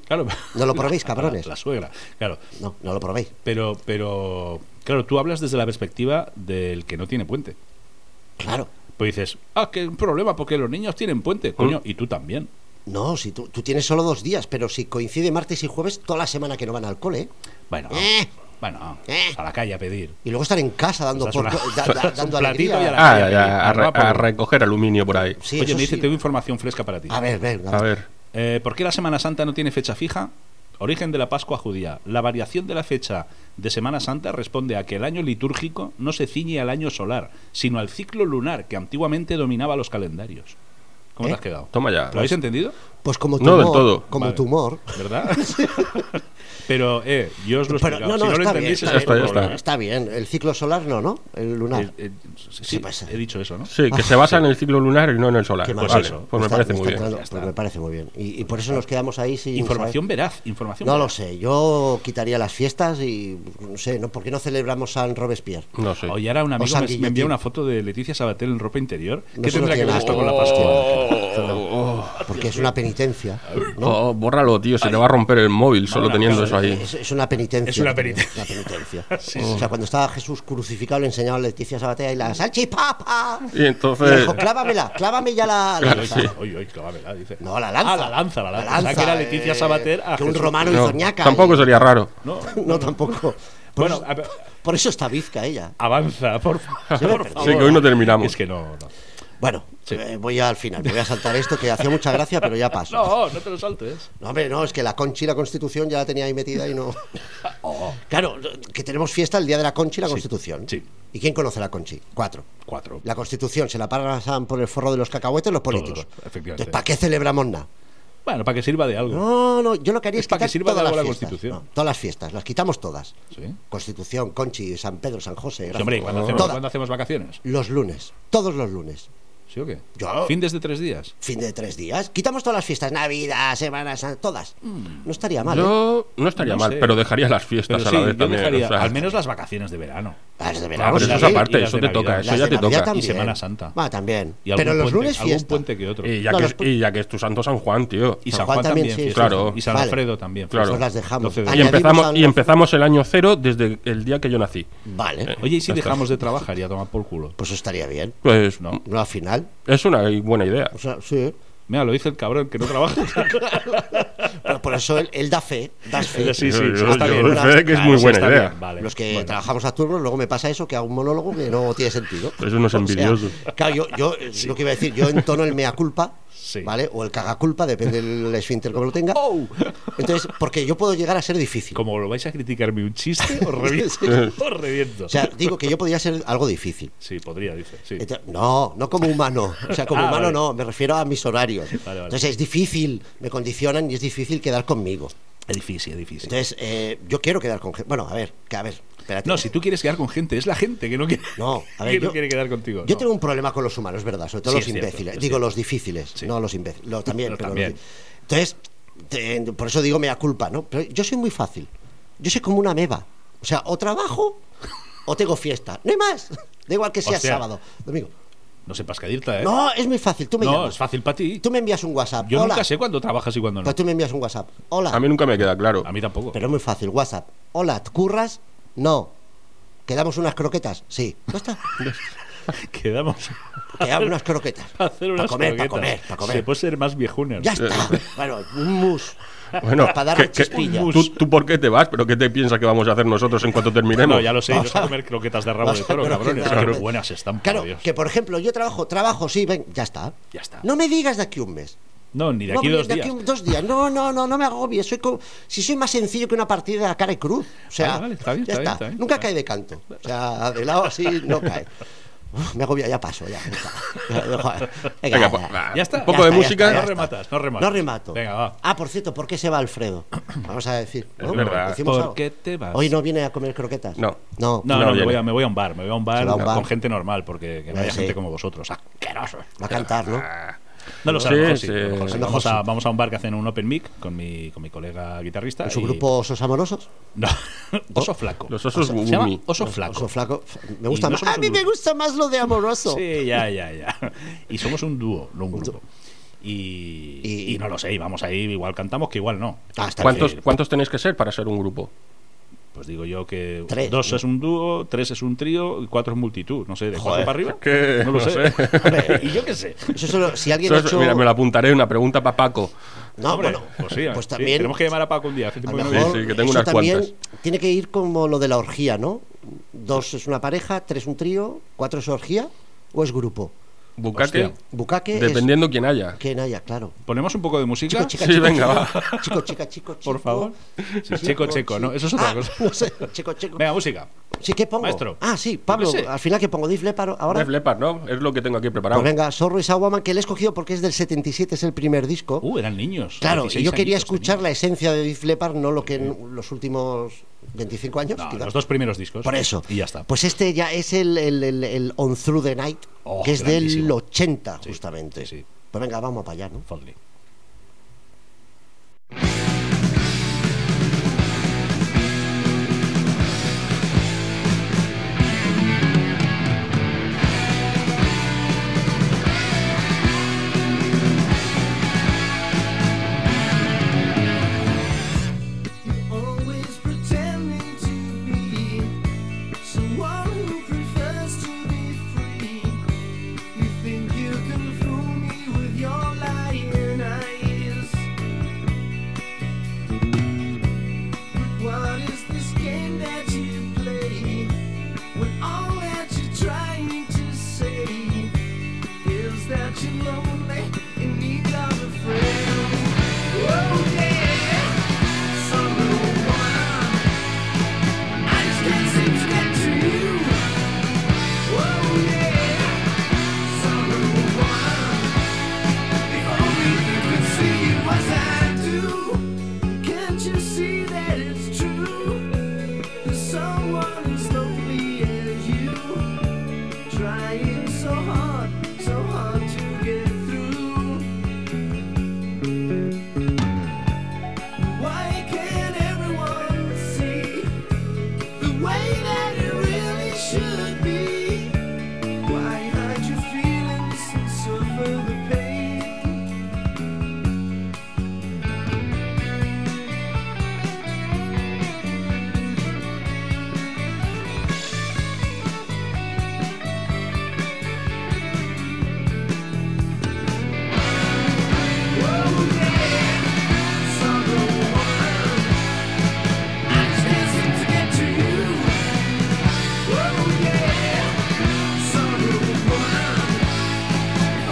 S2: claro.
S1: No lo probéis,
S2: La-
S1: cabrones.
S2: La, suegra, claro.
S1: No, no lo probéis.
S2: Pero, pero, claro, tú hablas desde la perspectiva del que no tiene puente.
S1: Claro.
S2: Pues dices, ah, qué problema, porque los niños tienen puente, coño, y tú también.
S1: No, si tú, tú tienes solo dos días, pero si coincide martes y jueves, toda la semana que no van al cole. ¿eh?
S2: Bueno,
S1: Eh,
S2: Bueno,
S1: ¿Eh?
S2: a la calle a pedir.
S1: Y luego estar en casa dando,
S2: Das una-
S1: por- da- da-
S2: das un
S1: dando
S2: platito
S1: alegría.
S2: y a la-
S3: Ah,
S2: Ahí,
S3: ya,
S2: ahí,
S3: a, re-
S2: guapo.
S3: a recoger aluminio por ahí.
S1: Sí,
S2: Oye,
S1: eso
S2: me dice,
S1: sí.
S2: tengo información fresca para ti.
S1: A ver, venga.
S3: A ver.
S2: Eh, ¿Por qué la Semana Santa no tiene fecha fija? Origen de la Pascua judía. La variación de la fecha de Semana Santa responde a que el año litúrgico no se ciñe al año solar, sino al ciclo lunar que antiguamente dominaba los calendarios. ¿Cómo
S1: ¿Eh?
S2: te has quedado?
S3: Toma ya.
S2: ¿Lo habéis entendido?
S1: Pues como
S3: No,
S1: tumor.
S3: del todo.
S1: Como
S2: Vale.
S1: tumor.
S2: ¿Verdad? Pero, eh, yo os lo he
S1: Pero, no,
S2: explicado.
S1: no,
S2: si no lo
S1: está, bien,
S2: entendéis,
S1: está,
S2: es vuestro
S1: bien,
S3: está, ya
S2: problema.
S1: Está bien. El ciclo solar no, ¿no? El lunar.
S2: Eh, eh,
S1: Sí
S2: sí,
S1: pasa.
S2: he dicho eso, ¿no?
S3: Sí, que se basa en el ciclo lunar y no en el solar.
S1: Qué
S3: Pues,
S2: mal.
S3: vale,
S2: Eso.
S3: pues me
S1: Está-
S3: parece
S1: está
S3: muy bien.
S1: claro,
S2: Ya está.
S1: pues me parece muy bien. Y, y por eso nos quedamos ahí sin.
S2: Información
S1: saber-
S2: veraz, información
S1: No
S2: veraz.
S1: lo sé. Yo quitaría las fiestas y. No sé, ¿no? ¿por qué no celebramos San Robespierre?
S3: No sé.
S2: Oye, ahora un amigo
S1: San
S2: me, me
S1: Guillotine.
S2: envía una foto de Leticia Sabatel en ropa interior.
S1: No,
S2: ¿Qué
S1: eso no
S2: tendrá
S1: tiene
S2: que ver
S1: nada
S2: esto
S1: que
S2: con la
S1: ver.
S2: Pascua?
S3: Oh,
S1: Porque es una penitencia.
S2: Ah,
S1: ¿no?
S3: oh, bórralo, tío. Se le va a romper el móvil solo
S2: Madonna,
S3: teniendo eso
S2: claro,
S3: ahí.
S1: Es, es una penitencia.
S2: pues Es una
S1: que tiene,
S2: penitencia.
S1: una penitencia.
S2: Sí,
S1: O sea, cuando estaba Jesús crucificado le enseñaba a Leticia Sabatea y la salchipapa. Y
S3: Y
S1: le
S2: Pues
S3: entonces.
S1: dijo, clávamela, clávame ya la, la
S3: Claro,
S1: lanza".
S3: sí.
S2: Oye, oye, clávamela, dice.
S1: No, la lanza.
S2: Ah, la lanza, la lanza. Pensaba que era Leticia
S1: eh,
S2: Sabater a
S1: que un Pues
S2: Jesús.
S1: romano
S3: no,
S1: hizo ñaca.
S3: tampoco
S1: y-
S3: sería raro.
S2: No,
S1: No, tampoco. Por
S2: Bueno,
S1: eso-
S2: a ver.
S1: por eso está bizca ella.
S2: avanza, por, fa- por
S1: Sí,
S2: favor.
S3: Sí, que hoy no terminamos.
S2: Es que no, no.
S1: Bueno,
S2: Sí.
S1: eh, voy al final. Me voy a saltar esto que hacía mucha gracia, pero ya paso.
S2: No, no te lo saltes.
S1: No, hombre, no, es que la conchi y la constitución ya la tenía ahí metida y no. Claro, que tenemos fiesta el día de la conchi y la constitución.
S2: Oh. sí.
S1: ¿Y quién conoce la conchi? Cuatro.
S2: Cuatro.
S1: La constitución se la pasan por el forro de los cacahuetes los políticos.
S2: efectivamente.
S1: ¿Para qué celebramos nada?
S2: Bueno, para que sirva de algo.
S1: No, no, yo lo que haría es,
S2: Es para que
S1: quitar
S2: sirva de
S1: todas
S2: algo
S1: las
S2: la
S1: fiestas.
S2: Constitución.
S1: No, todas las fiestas, las quitamos todas.
S2: Sí. Sí,
S1: Constitución, Conchi, San Pedro, San José. gracias.
S2: hombre, ¿y ¿cuándo hacemos,
S1: Todas.
S2: cuándo hacemos vacaciones?
S1: Los lunes, todos los lunes.
S2: ¿Sí o qué?
S1: Yo-
S2: ¿Fin desde tres días?
S1: Fin de tres días. Quitamos todas las fiestas, Navidad, Semana Santa, todas.
S2: Mm.
S1: No estaría mal. ¿eh?
S3: Yo no estaría
S2: No
S3: mal,
S2: sé.
S3: pero dejaría las fiestas
S2: Pero
S3: a
S2: sí,
S3: la
S2: yo
S3: vez también.
S2: dejaría
S3: o sea. Ah,
S2: al menos las vacaciones de verano.
S1: Las de
S2: Ah,
S1: verano,
S3: pero eso
S1: sí.
S3: es aparte,
S2: Y las
S3: eso
S2: de
S3: te
S2: Navidad.
S3: toca,
S1: Las
S3: eso ya
S1: de
S3: te
S1: Navidad
S3: toca.
S1: también.
S2: Y Semana Santa.
S1: Va, también.
S2: Y algún
S1: Pero los
S2: puente,
S1: lunes
S2: algún
S1: fiesta.
S2: puente que otro.
S3: Y ya,
S1: No,
S3: que,
S1: los
S3: es-
S1: pu-
S3: y ya que es tu santo San Juan, tío.
S2: Y San Juan, también,
S1: sí,
S2: fiesta.
S3: claro.
S2: Y San
S1: Vale.
S2: Alfredo también.
S3: Claro.
S2: fiesta.
S1: Pues las dejamos.
S2: 12 de
S1: Ah,
S3: Y
S1: Añadimos
S3: empezamos,
S1: al-
S3: y empezamos el año cero desde el día que yo nací.
S1: Vale,
S2: Eh, Oye, ¿y si dejamos de trabajar y a tomar por culo?
S1: pues eso estaría bien.
S3: Pues
S2: No.
S1: No al final.
S3: es una buena idea.
S1: O sea, sí.
S2: Mira, lo dice el cabrón que no trabaja.
S1: Pero por eso él, él da fe. Das fe.
S2: Sí, sí,
S3: Yo-
S2: sí,
S3: yo-
S2: está
S3: yo
S2: bien.
S3: sé que es
S2: Claro,
S3: muy
S2: sí,
S3: buena
S2: está
S3: idea.
S2: bien, vale.
S1: Los que
S2: Bueno,
S1: trabajamos a turnos, luego me pasa eso, que hago un monólogo que no tiene sentido.
S3: Eso no es
S1: O sea,
S3: envidioso.
S1: claro, yo, yo eh, lo que iba a decir, yo entono el mea culpa,
S2: Sí.
S1: ¿vale? O el cagaculpa, depende del esfínter como lo tenga.
S2: ¡Oh!
S1: Entonces, porque yo puedo llegar a ser difícil.
S2: Como lo vais a criticarme un chiste, os reviento. os reviento.
S1: O sea, digo que yo podría ser algo difícil.
S2: sí, podría, dice. Sí.
S1: Entonces, no, no como humano. O sea, como
S2: Ah,
S1: humano
S2: vale.
S1: no, me refiero a mis horarios.
S2: vale.
S1: Entonces es difícil, me condicionan y es difícil quedar conmigo.
S2: Es difícil, es difícil.
S1: Entonces, eh, yo quiero quedar con gente. Bueno, a ver, que a ver, espérate.
S2: no, si tú quieres quedar con gente, es la gente que no quiere,
S1: No, a ver,
S2: que no
S1: yo-
S2: quiere quedar contigo.
S1: Yo
S2: no.
S1: tengo un problema con los humanos, ¿verdad? Sobre todo
S2: Sí,
S1: los
S2: es cierto,
S1: imbéciles.
S2: es
S1: digo,
S2: cierto.
S1: los difíciles,
S2: Sí.
S1: no los imbéciles. Lo, también,
S2: Pero
S1: pero los
S2: también.
S1: di- Entonces, te- por eso digo mea culpa, ¿no? Pero yo soy muy fácil. Yo soy como una meba. O sea, o trabajo o tengo fiesta. No hay más. Da igual que sea
S2: Hostia.
S1: sábado, domingo.
S2: No sepas cadirla, ¿eh?
S1: No, es muy fácil. Tú me
S2: No,
S1: llamas.
S2: es fácil para ti.
S1: Tú me envías un WhatsApp.
S2: Yo
S1: Hola.
S2: nunca sé cuándo trabajas y cuándo no.
S1: Pero tú me envías un WhatsApp. Hola.
S3: A mí nunca me queda claro.
S2: A mí tampoco.
S1: Pero es muy fácil. WhatsApp. Hola, ¿te ¿curras? No. ¿Quedamos unas croquetas? Sí. Ya está.
S2: Quedamos
S1: Quedamos unas croquetas.
S2: a hacer unas
S1: para comer, para
S2: croquetas.
S1: comer, para comer.
S2: Se puede ser más viejuna. ¿no?
S1: Ya está. Bueno, un mus.
S3: Bueno,
S1: Para dar
S3: que- que-
S1: chispilla.
S3: ¿tú, tú por qué te vas? ¿Pero qué te piensas que vamos a hacer nosotros en cuanto terminemos?
S2: No, ya lo sé, ibas a comer croquetas de rabo de toro,
S1: Pero
S2: cabrones.
S1: claro,
S2: Qué buenas están, por
S1: Claro,
S2: Dios.
S1: que por ejemplo, yo trabajo, trabajo, sí, ven, ya está.
S2: Ya está.
S1: No me digas de aquí un mes.
S2: No, ni de aquí
S1: no,
S2: dos
S1: de
S2: días.
S1: un- dos días. No, no, no, no me agobies. Soy como- si soy más sencillo que una partida a cara y cruz. O sea,
S2: Vale, vale, está bien,
S1: ya
S2: está bien, está bien.
S1: Nunca
S2: Está
S1: cae de canto. O sea, de lado así no cae. Uf, me agobia, ya paso, ya. ya, ya, Venga,
S3: Venga,
S1: ya.
S3: pues, va.
S2: Ya está.
S3: Un poco
S1: Ya
S3: de
S1: está,
S3: música.
S1: ya
S2: No
S1: está.
S2: rematas, no rematas.
S1: No remato.
S2: Venga, va.
S1: Ah, por cierto, ¿por qué se va Alfredo? Vamos a decir. ¿no?
S3: Es verdad.
S1: Decimos
S2: ¿Por
S1: algo.
S2: qué te vas?
S1: Hoy no viene a comer croquetas.
S3: No.
S1: No.
S2: No,
S3: No
S2: no, me,
S3: viene.
S2: voy a, me voy a un bar, me voy a un bar,
S1: Se va a un bar.
S2: con gente normal, porque que no
S1: Eh,
S2: haya
S1: sí.
S2: gente como vosotros. Asquerosos.
S1: Va a cantar, ¿no?
S3: Ah,
S2: No lo sé, a
S3: Sí,
S2: lo mejor
S1: A
S2: sí, a lo mejor sí.
S3: sí.
S1: lo
S2: Vamos,
S1: mejor
S2: a,
S1: sí.
S2: vamos a un bar que hacen un open mic con mi, con mi colega guitarrista.
S1: ¿Su
S2: y-
S1: grupo Sos Amorosos?
S2: No, Oso Flaco.
S3: Los osos
S2: Se llama
S3: gumi.
S2: Oso Flaco.
S1: Oso Flaco. Me gusta
S2: Y no
S1: más.
S2: somos
S1: a
S2: un
S1: mí me
S2: grupo.
S1: gusta más lo de Amoroso.
S2: Sí, ya, ya, ya. Y somos un dúo, no un grupo. Y,
S1: Y-
S2: y no lo sé, y vamos ahí, igual cantamos que igual no.
S1: Ah, está
S3: ¿Cuántos,
S1: bien.
S3: ¿Cuántos tenéis que ser para ser un grupo?
S2: Pues digo yo que
S1: Tres,
S2: dos
S1: ¿no?
S2: es un dúo, tres es un trío y cuatro es multitud. No sé, de cuatro
S1: Joder.
S2: para arriba.
S3: Que-
S2: no lo
S3: no
S2: sé.
S3: sé.
S2: y yo qué sé.
S1: Eso solo, si alguien
S3: Eso
S1: ha
S3: es-
S1: hecho...
S3: Mira, me lo apuntaré una pregunta para Paco.
S1: No,
S2: Hombre,
S1: bueno,
S2: pues, sí, sí,
S1: también...
S2: Tenemos que llamar a Paco un día. hace
S1: A
S2: tiempo
S1: lo
S2: que no-
S1: mejor
S3: Sí, sí, que tengo
S1: eso
S3: unas
S1: también
S3: cuantas.
S1: tiene que ir como lo de la orgía, ¿no? Dos es una pareja, tres un trío, cuatro es orgía o es grupo.
S3: Bucaque,
S2: Hostia.
S1: Bucaque
S3: dependiendo quién haya.
S1: es que haya, claro.
S2: Ponemos un poco de
S1: Chico,
S2: música.
S1: chica,
S3: Sí,
S1: chico,
S3: venga,
S1: chico, chico, chica, chico, chico.
S2: Por favor. Sí, checo, checo, no, eso es otra
S1: Ah,
S2: cosa.
S1: No sé, chico, chico.
S2: Venga, música.
S1: Sí, ¿qué pongo?
S2: Maestro.
S1: Ah, sí,
S2: Yo
S1: Pablo,
S2: qué sé.
S1: al final que pongo Dif Leppard ahora.
S3: Def Leppard, ¿no? Es lo que tengo aquí preparado.
S1: pues venga, Zorro y Sawaman, que le he escogido porque es del 77, es el primer disco.
S2: Uh, eran niños.
S1: claro, y
S2: 16
S1: yo quería
S2: añitos
S1: escuchar la
S2: tenían.
S1: esencia de Dif Leppard, no lo que en los últimos 25 años.
S2: No,
S1: quizá.
S2: los dos primeros discos.
S1: Por eso.
S2: Y ya está.
S1: Pues este ya es el, el- el- el On Through the Night,
S2: Oh,
S1: que es del
S2: grandísimo.
S1: 80,
S2: Sí,
S1: justamente.
S2: sí, sí.
S1: Pues venga, vamos para allá, ¿no?
S2: Fondly.
S4: Always pretending to be someone who prefers to be free. You think you can fool me with your lying eyes. But what is this game that you play? When all that you're trying to say is that you're lonely in need of a friend. Oh yeah. I just can't seem to get to you. Whoa, yeah. If only you could see what I do. Can't you see that it's true? There's someone as lonely as you. Trying so hard, so hard to get through. Why can't everyone see the way that it really should be? Why hide your feelings and suffer the pain? Whoa, yeah.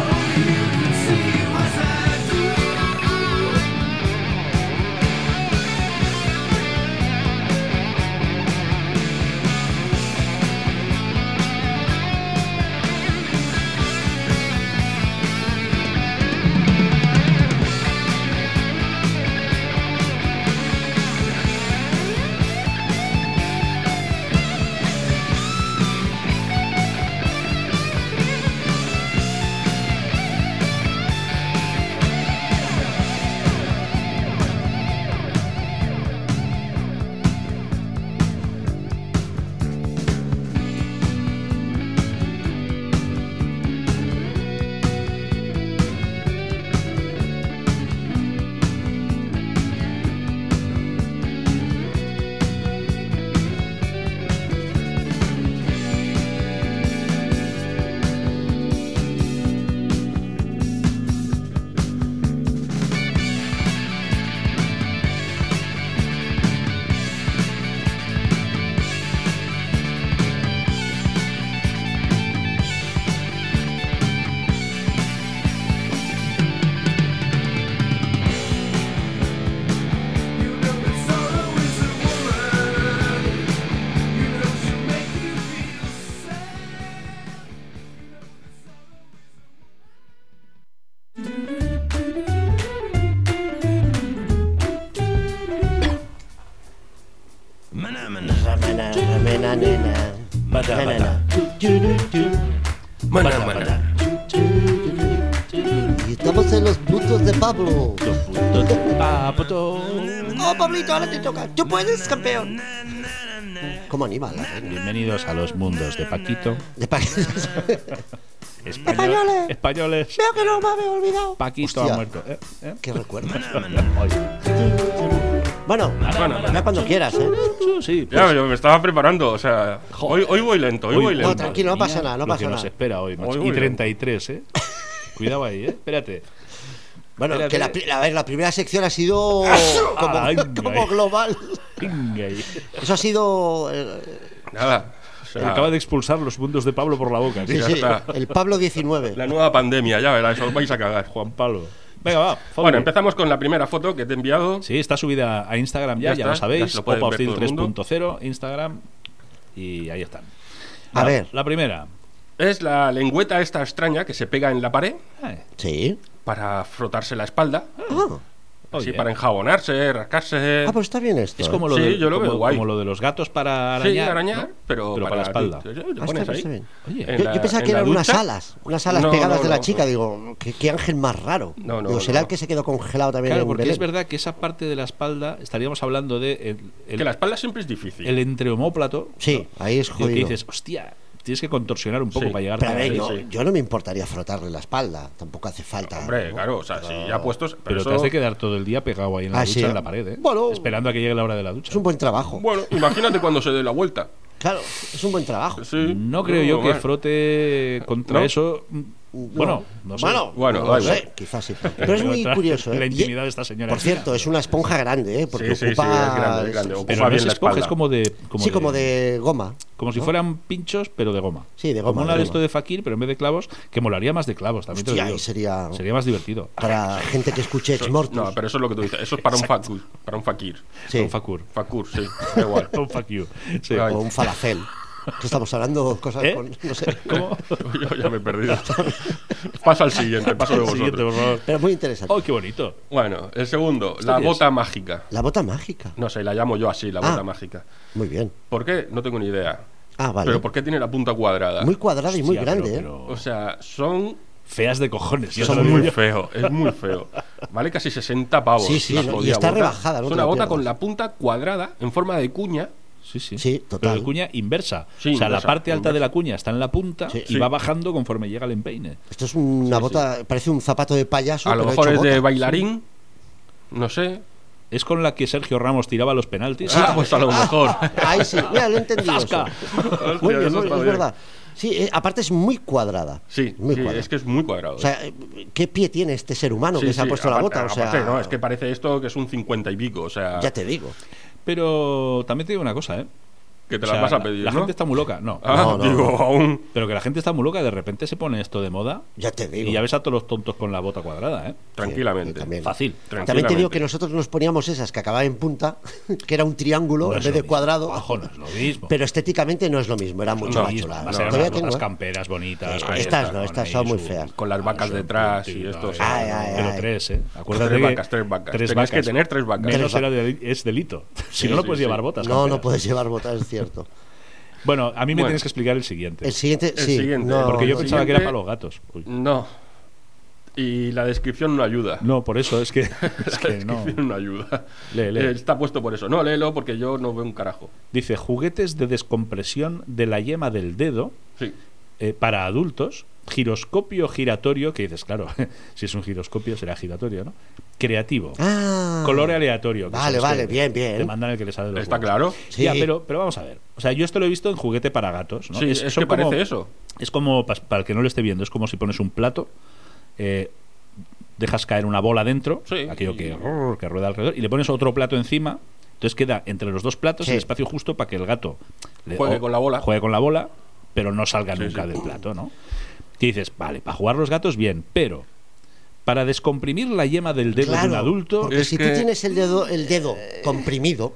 S4: Oh, Thank you
S1: Ramana, ramena, nena.
S2: Bata,
S1: Nanana.
S3: Mana, mana.
S1: Y estamos en los puntos de Pablo.
S2: Oh, Pablito, ahora te
S1: toca. Tú puedes, campeón. ¿Cómo anima la reina?
S2: Bienvenidos a los mundos de Paquito.
S1: ¿eh? De pa-
S2: Español-
S1: Españoles.
S2: Españoles.
S1: Veo que no me había olvidado.
S2: Paquito
S1: Hostia,
S2: ha muerto. ¿Eh? ¿Eh?
S1: Qué recuerdo.
S2: Ay.
S1: Bueno,
S3: Bueno,
S1: ya cuando quieras, ¿eh?
S2: Sí, pues,
S3: Ya, yo me estaba preparando, o sea, hoy, hoy voy lento, hoy,
S2: Uy,
S3: voy
S2: no,
S3: lento.
S1: tranquilo, no
S2: madre
S1: pasa
S2: mía,
S1: nada, no
S2: lo
S1: pasa
S2: que nos
S1: nada.
S2: espera hoy, macho.
S3: Hoy
S2: Y
S3: voy
S2: 33, ¿eh? Cuidado ahí, ¿eh? Espérate.
S1: Bueno,
S2: Espérate.
S1: que la, pri- a ver, la primera sección ha sido
S3: ¡Ah!
S1: como,
S2: Ay,
S1: como
S2: ay.
S1: global.
S2: Venga ahí.
S1: Eso ha sido eh,
S3: Nada. o sea,
S2: Acaba de expulsar los mundos de Pablo por la boca.
S1: sí,
S2: tío.
S1: sí,
S3: está.
S1: el Pablo 19.
S3: La nueva pandemia, ya verás, os vais a cagar.
S2: Juan Pablo. Venga, va.
S3: Bueno,
S2: Fabre.
S3: empezamos con la primera foto que te he enviado.
S2: Sí, está subida a Instagram ya, ya,
S3: Ya está,
S2: lo
S3: ya
S2: sabéis.
S3: se lo
S2: Pop
S3: puede
S2: Up
S3: ver
S2: Steel
S3: todo el mundo.
S2: 3.0, Instagram. Y ahí están.
S1: A
S2: La-
S1: ver.
S2: La primera.
S3: Es la lengüeta esta extraña que se pega en la pared
S2: Ay,
S1: Sí.
S3: para frotarse la espalda,
S1: Ah,
S3: así
S2: oye.
S3: para enjabonarse, rascarse.
S1: ah, pues está bien esto.
S2: Es
S1: ¿eh?
S2: como lo,
S3: Sí,
S2: de,
S3: yo lo
S2: como,
S3: veo guay.
S2: como lo de los gatos para
S3: Sí,
S2: arañar.
S3: arañar,
S2: ¿no?
S3: pero,
S2: para, la espalda.
S3: ti. Te
S1: Ah,
S3: pones
S1: está bien,
S3: ahí.
S1: está bien.
S2: Oye,
S3: En
S1: Yo,
S3: la-
S1: yo pensaba
S3: en
S1: que
S3: la
S1: eran unas
S3: ducha.
S1: alas, unas alas
S3: No,
S1: pegadas
S3: no,
S1: de la
S3: no,
S1: chica.
S3: no.
S1: Digo, ¿qué, qué ángel más raro.
S3: No, no,
S1: Digo, será
S3: no.
S1: el que se quedó congelado también
S2: Claro,
S1: en
S2: porque
S1: Belén.
S2: es verdad que esa parte de la espalda estaríamos hablando de el, el-
S3: Que la espalda siempre es difícil.
S2: el entreomóplato.
S1: Sí, ahí es
S2: que
S1: jodido.
S2: dices, hostia, tienes que contorsionar un poco
S3: Sí.
S2: para llegar
S1: Pero a
S2: a
S1: ver,
S3: Sí,
S1: yo,
S3: sí.
S1: yo no me importaría frotarle la espalda. Tampoco hace falta.
S3: Hombre,
S1: ¿no?
S3: claro, o sea, si ya puestos. Pero,
S2: Pero
S3: eso-
S2: te has de quedar todo el día pegado ahí en la
S1: Ah,
S2: ducha,
S1: sí.
S2: en la pared, ¿eh?
S1: Bueno.
S2: esperando a que llegue la hora de la ducha.
S1: Es un buen trabajo.
S3: Bueno, imagínate cuando se dé la vuelta.
S1: Claro, es un buen trabajo.
S3: Sí,
S2: No creo yo que
S3: mal.
S2: frote contra
S3: ¿No?
S2: eso. Bueno, no sé.
S1: Bueno,
S3: Bueno,
S1: no
S3: da
S1: lo
S3: igual.
S1: sé, quizás sí. Pero es muy
S2: Otra-
S1: curioso. ¿eh?
S2: La
S1: Y-
S2: intimidad de esta señora.
S1: Por cierto, es una esponja grande, ¿eh? porque
S3: Sí, sí, sí,
S1: ocupa.
S3: es grande, es grande. Ocupa
S2: Pero no
S3: bien
S2: es
S3: la
S2: esponja,
S3: espalda.
S2: es como de. Como
S1: sí, como de goma.
S2: Como si
S1: ¿no?
S2: fueran pinchos, pero de goma.
S1: Sí, de
S2: Como
S1: goma,
S2: una
S1: de
S2: de
S1: goma.
S2: esto de Fakir, pero en vez de clavos, que molaría más de clavos también. te lo
S1: Hostia,
S2: digo.
S1: ahí sería-
S2: Sería más divertido.
S1: Para gente que escuche Ex Mortis.
S3: No, pero eso es lo que tú dices. Eso es para un fakur. Para un fakir.
S1: Sí,
S2: Un Fakur.
S3: Fakur, sí. Da igual.
S2: Un Oh, fuck you. Sí.
S3: Ay.
S1: o un falafel. Que estamos hablando cosas
S2: ¿Eh?
S1: con. No sé.
S2: ¿Cómo?
S3: Yo ya me he perdido. Paso al siguiente, paso de
S2: El Siguiente, por
S3: vosotros.
S2: favor.
S1: Pero muy interesante.
S2: ¡Oh, qué bonito!
S3: Bueno, el segundo, la
S2: qué
S3: bota mágica.
S1: La bota mágica.
S3: No sé, la llamo yo así, la
S1: Ah.
S3: bota mágica.
S1: Muy bien.
S3: ¿Por qué? No tengo ni idea.
S1: Ah, vale.
S3: Pero ¿por qué tiene la punta cuadrada?
S1: Muy cuadrada y muy
S2: Hostia,
S1: grande,
S2: pero-
S1: ¿eh?
S2: pero
S3: O sea, son.
S2: feas de cojones. yo te lo
S3: Son
S2: digo.
S3: muy feo, es muy feo. Vale casi 60 pavos.
S1: Sí, sí,
S3: la
S1: no, y
S3: jodida
S1: está
S3: bota.
S1: rebajada, no
S3: Es
S1: te
S3: una
S1: la
S3: bota
S1: pierdas.
S3: con la punta cuadrada en forma de cuña.
S2: Sí, sí.
S1: Sí, total.
S2: Pero de cuña inversa.
S3: Sí,
S2: o sea, la
S3: inversa,
S2: parte alta de
S3: inversa.
S2: la cuña está en la punta
S1: Sí.
S2: y
S3: Sí.
S2: va bajando conforme llega el empeine.
S1: Esto es una
S3: Sí,
S1: bota. Parece un zapato de payaso.
S3: A lo
S1: pero
S3: mejor
S1: hecho
S3: es de
S1: bota.
S3: bailarín. No sé.
S2: Es con la que Sergio Ramos tiraba los penaltis.
S3: Ah, pues a lo mejor.
S1: Ahí sí, mira, lo he entendido. eso.
S2: Zasca.
S1: Muy
S3: Hostia,
S1: bien,
S3: eso
S1: muy-
S3: está
S1: es
S3: bien.
S1: verdad. Sí, eh, aparte es muy cuadrada.
S3: Sí,
S1: muy
S3: sí,
S1: cuadrada.
S3: es que es muy cuadrado.
S1: O sea, eh, ¿qué pie tiene este ser humano
S3: Sí,
S1: que se ha
S3: sí,
S1: puesto
S3: aparte-
S1: la bota? O sea,
S3: aparte, no, es que parece esto que es un 50 y pico. O sea,
S1: ya te digo.
S2: Pero también te digo una cosa, ¿eh?
S3: que te
S2: O
S3: las
S2: sea,
S3: vas a
S2: la-
S3: pedir.
S2: La
S3: ¿no?
S2: gente está muy loca, no.
S3: Ah,
S1: No, no,
S3: digo,
S1: no.
S3: aún.
S2: Pero que la gente está muy loca, de repente se pone esto de moda
S1: Ya te digo.
S2: y ya ves a todos los tontos con la bota cuadrada, ¿eh?
S3: Tranquilamente.
S1: Sí, también.
S2: Fácil.
S1: También te digo
S3: tranquilamente.
S1: que nosotros nos poníamos esas que acababan en punta, que era un triángulo
S2: No
S1: en
S2: es
S1: vez
S2: lo
S1: de
S2: mismo.
S1: cuadrado.
S2: Ojo, no es lo mismo.
S1: Pero estéticamente no es lo mismo, era mucho
S3: No,
S1: más
S2: Mismo.
S1: chula.
S2: Vas
S1: No,
S2: a ver
S1: todavía
S2: unas botas
S1: tengo, ¿eh?
S2: camperas bonitas.
S1: Eh,
S2: con
S1: estas
S2: esta,
S1: no,
S2: con
S1: estas
S2: ahí
S1: son muy
S2: su-
S1: feas.
S3: Con las
S2: ah,
S3: vacas
S2: su
S3: detrás y
S2: puntito,
S3: esto,
S2: eh.
S3: sí.
S1: Ay, ay,
S2: Pero
S1: ay.
S2: tres, ¿eh? Acuérdate
S3: Tres
S2: que
S3: vacas, tres vacas.
S2: Tres
S3: Tenías que
S2: vacas.
S3: tener tres vacas.
S2: Menos
S1: Tres
S2: era de- es delito. Si no, no
S3: sí,
S2: puedes
S3: sí.
S2: llevar botas.
S1: No, no
S2: camperas.
S1: puedes llevar botas, es cierto.
S2: Bueno, a mí me
S3: Bueno.
S2: tienes que explicar el siguiente.
S1: El siguiente,
S3: El
S1: sí.
S3: siguiente,
S1: no,
S2: Porque yo
S1: no,
S2: pensaba
S1: no.
S2: que era
S3: siguiente-
S2: para los gatos. Uy.
S3: No. Y la descripción no ayuda.
S2: No, por eso es que,
S3: La
S2: es que no.
S3: descripción no ayuda.
S2: Lee, lee.
S3: Eh, Está puesto por eso. No, léelo porque yo no veo un carajo.
S2: Dice juguetes de descompresión de la yema del dedo
S3: Sí.
S2: eh, para adultos, giroscopio giratorio, que dices, claro, si es un giroscopio será giratorio, ¿no? Creativo.
S1: Ah.
S2: Color aleatorio. que
S1: Vale,
S2: son los
S1: vale,
S2: que
S1: bien, bien.
S2: Te mandan el que le sale de los
S3: ¿Está
S2: huevos.
S3: claro?
S1: Sí.
S2: Ya, pero, pero vamos a ver. O sea, yo esto lo he visto en juguete para gatos. ¿no?
S3: Sí, es,
S2: son
S3: que parece
S2: como-
S3: eso.
S2: Es como, pas- para el que no lo esté viendo, es como si pones un plato, eh, dejas caer una bola dentro,
S3: Sí.
S2: aquello que, rrr, que rueda alrededor, y le pones otro plato encima. Entonces queda entre los dos platos
S1: Sí.
S2: el espacio justo para que el gato le-
S3: Juegue con la bola.
S2: juegue con la bola, pero no salga
S3: Sí,
S2: nunca
S3: sí.
S2: del plato, ¿no? Que dices, vale, para jugar los gatos bien, pero para descomprimir la yema del dedo de un
S1: Claro,
S2: adulto, Eh,
S1: Porque
S3: Es
S1: si
S3: que-
S1: tú tienes el dedo, el dedo comprimido,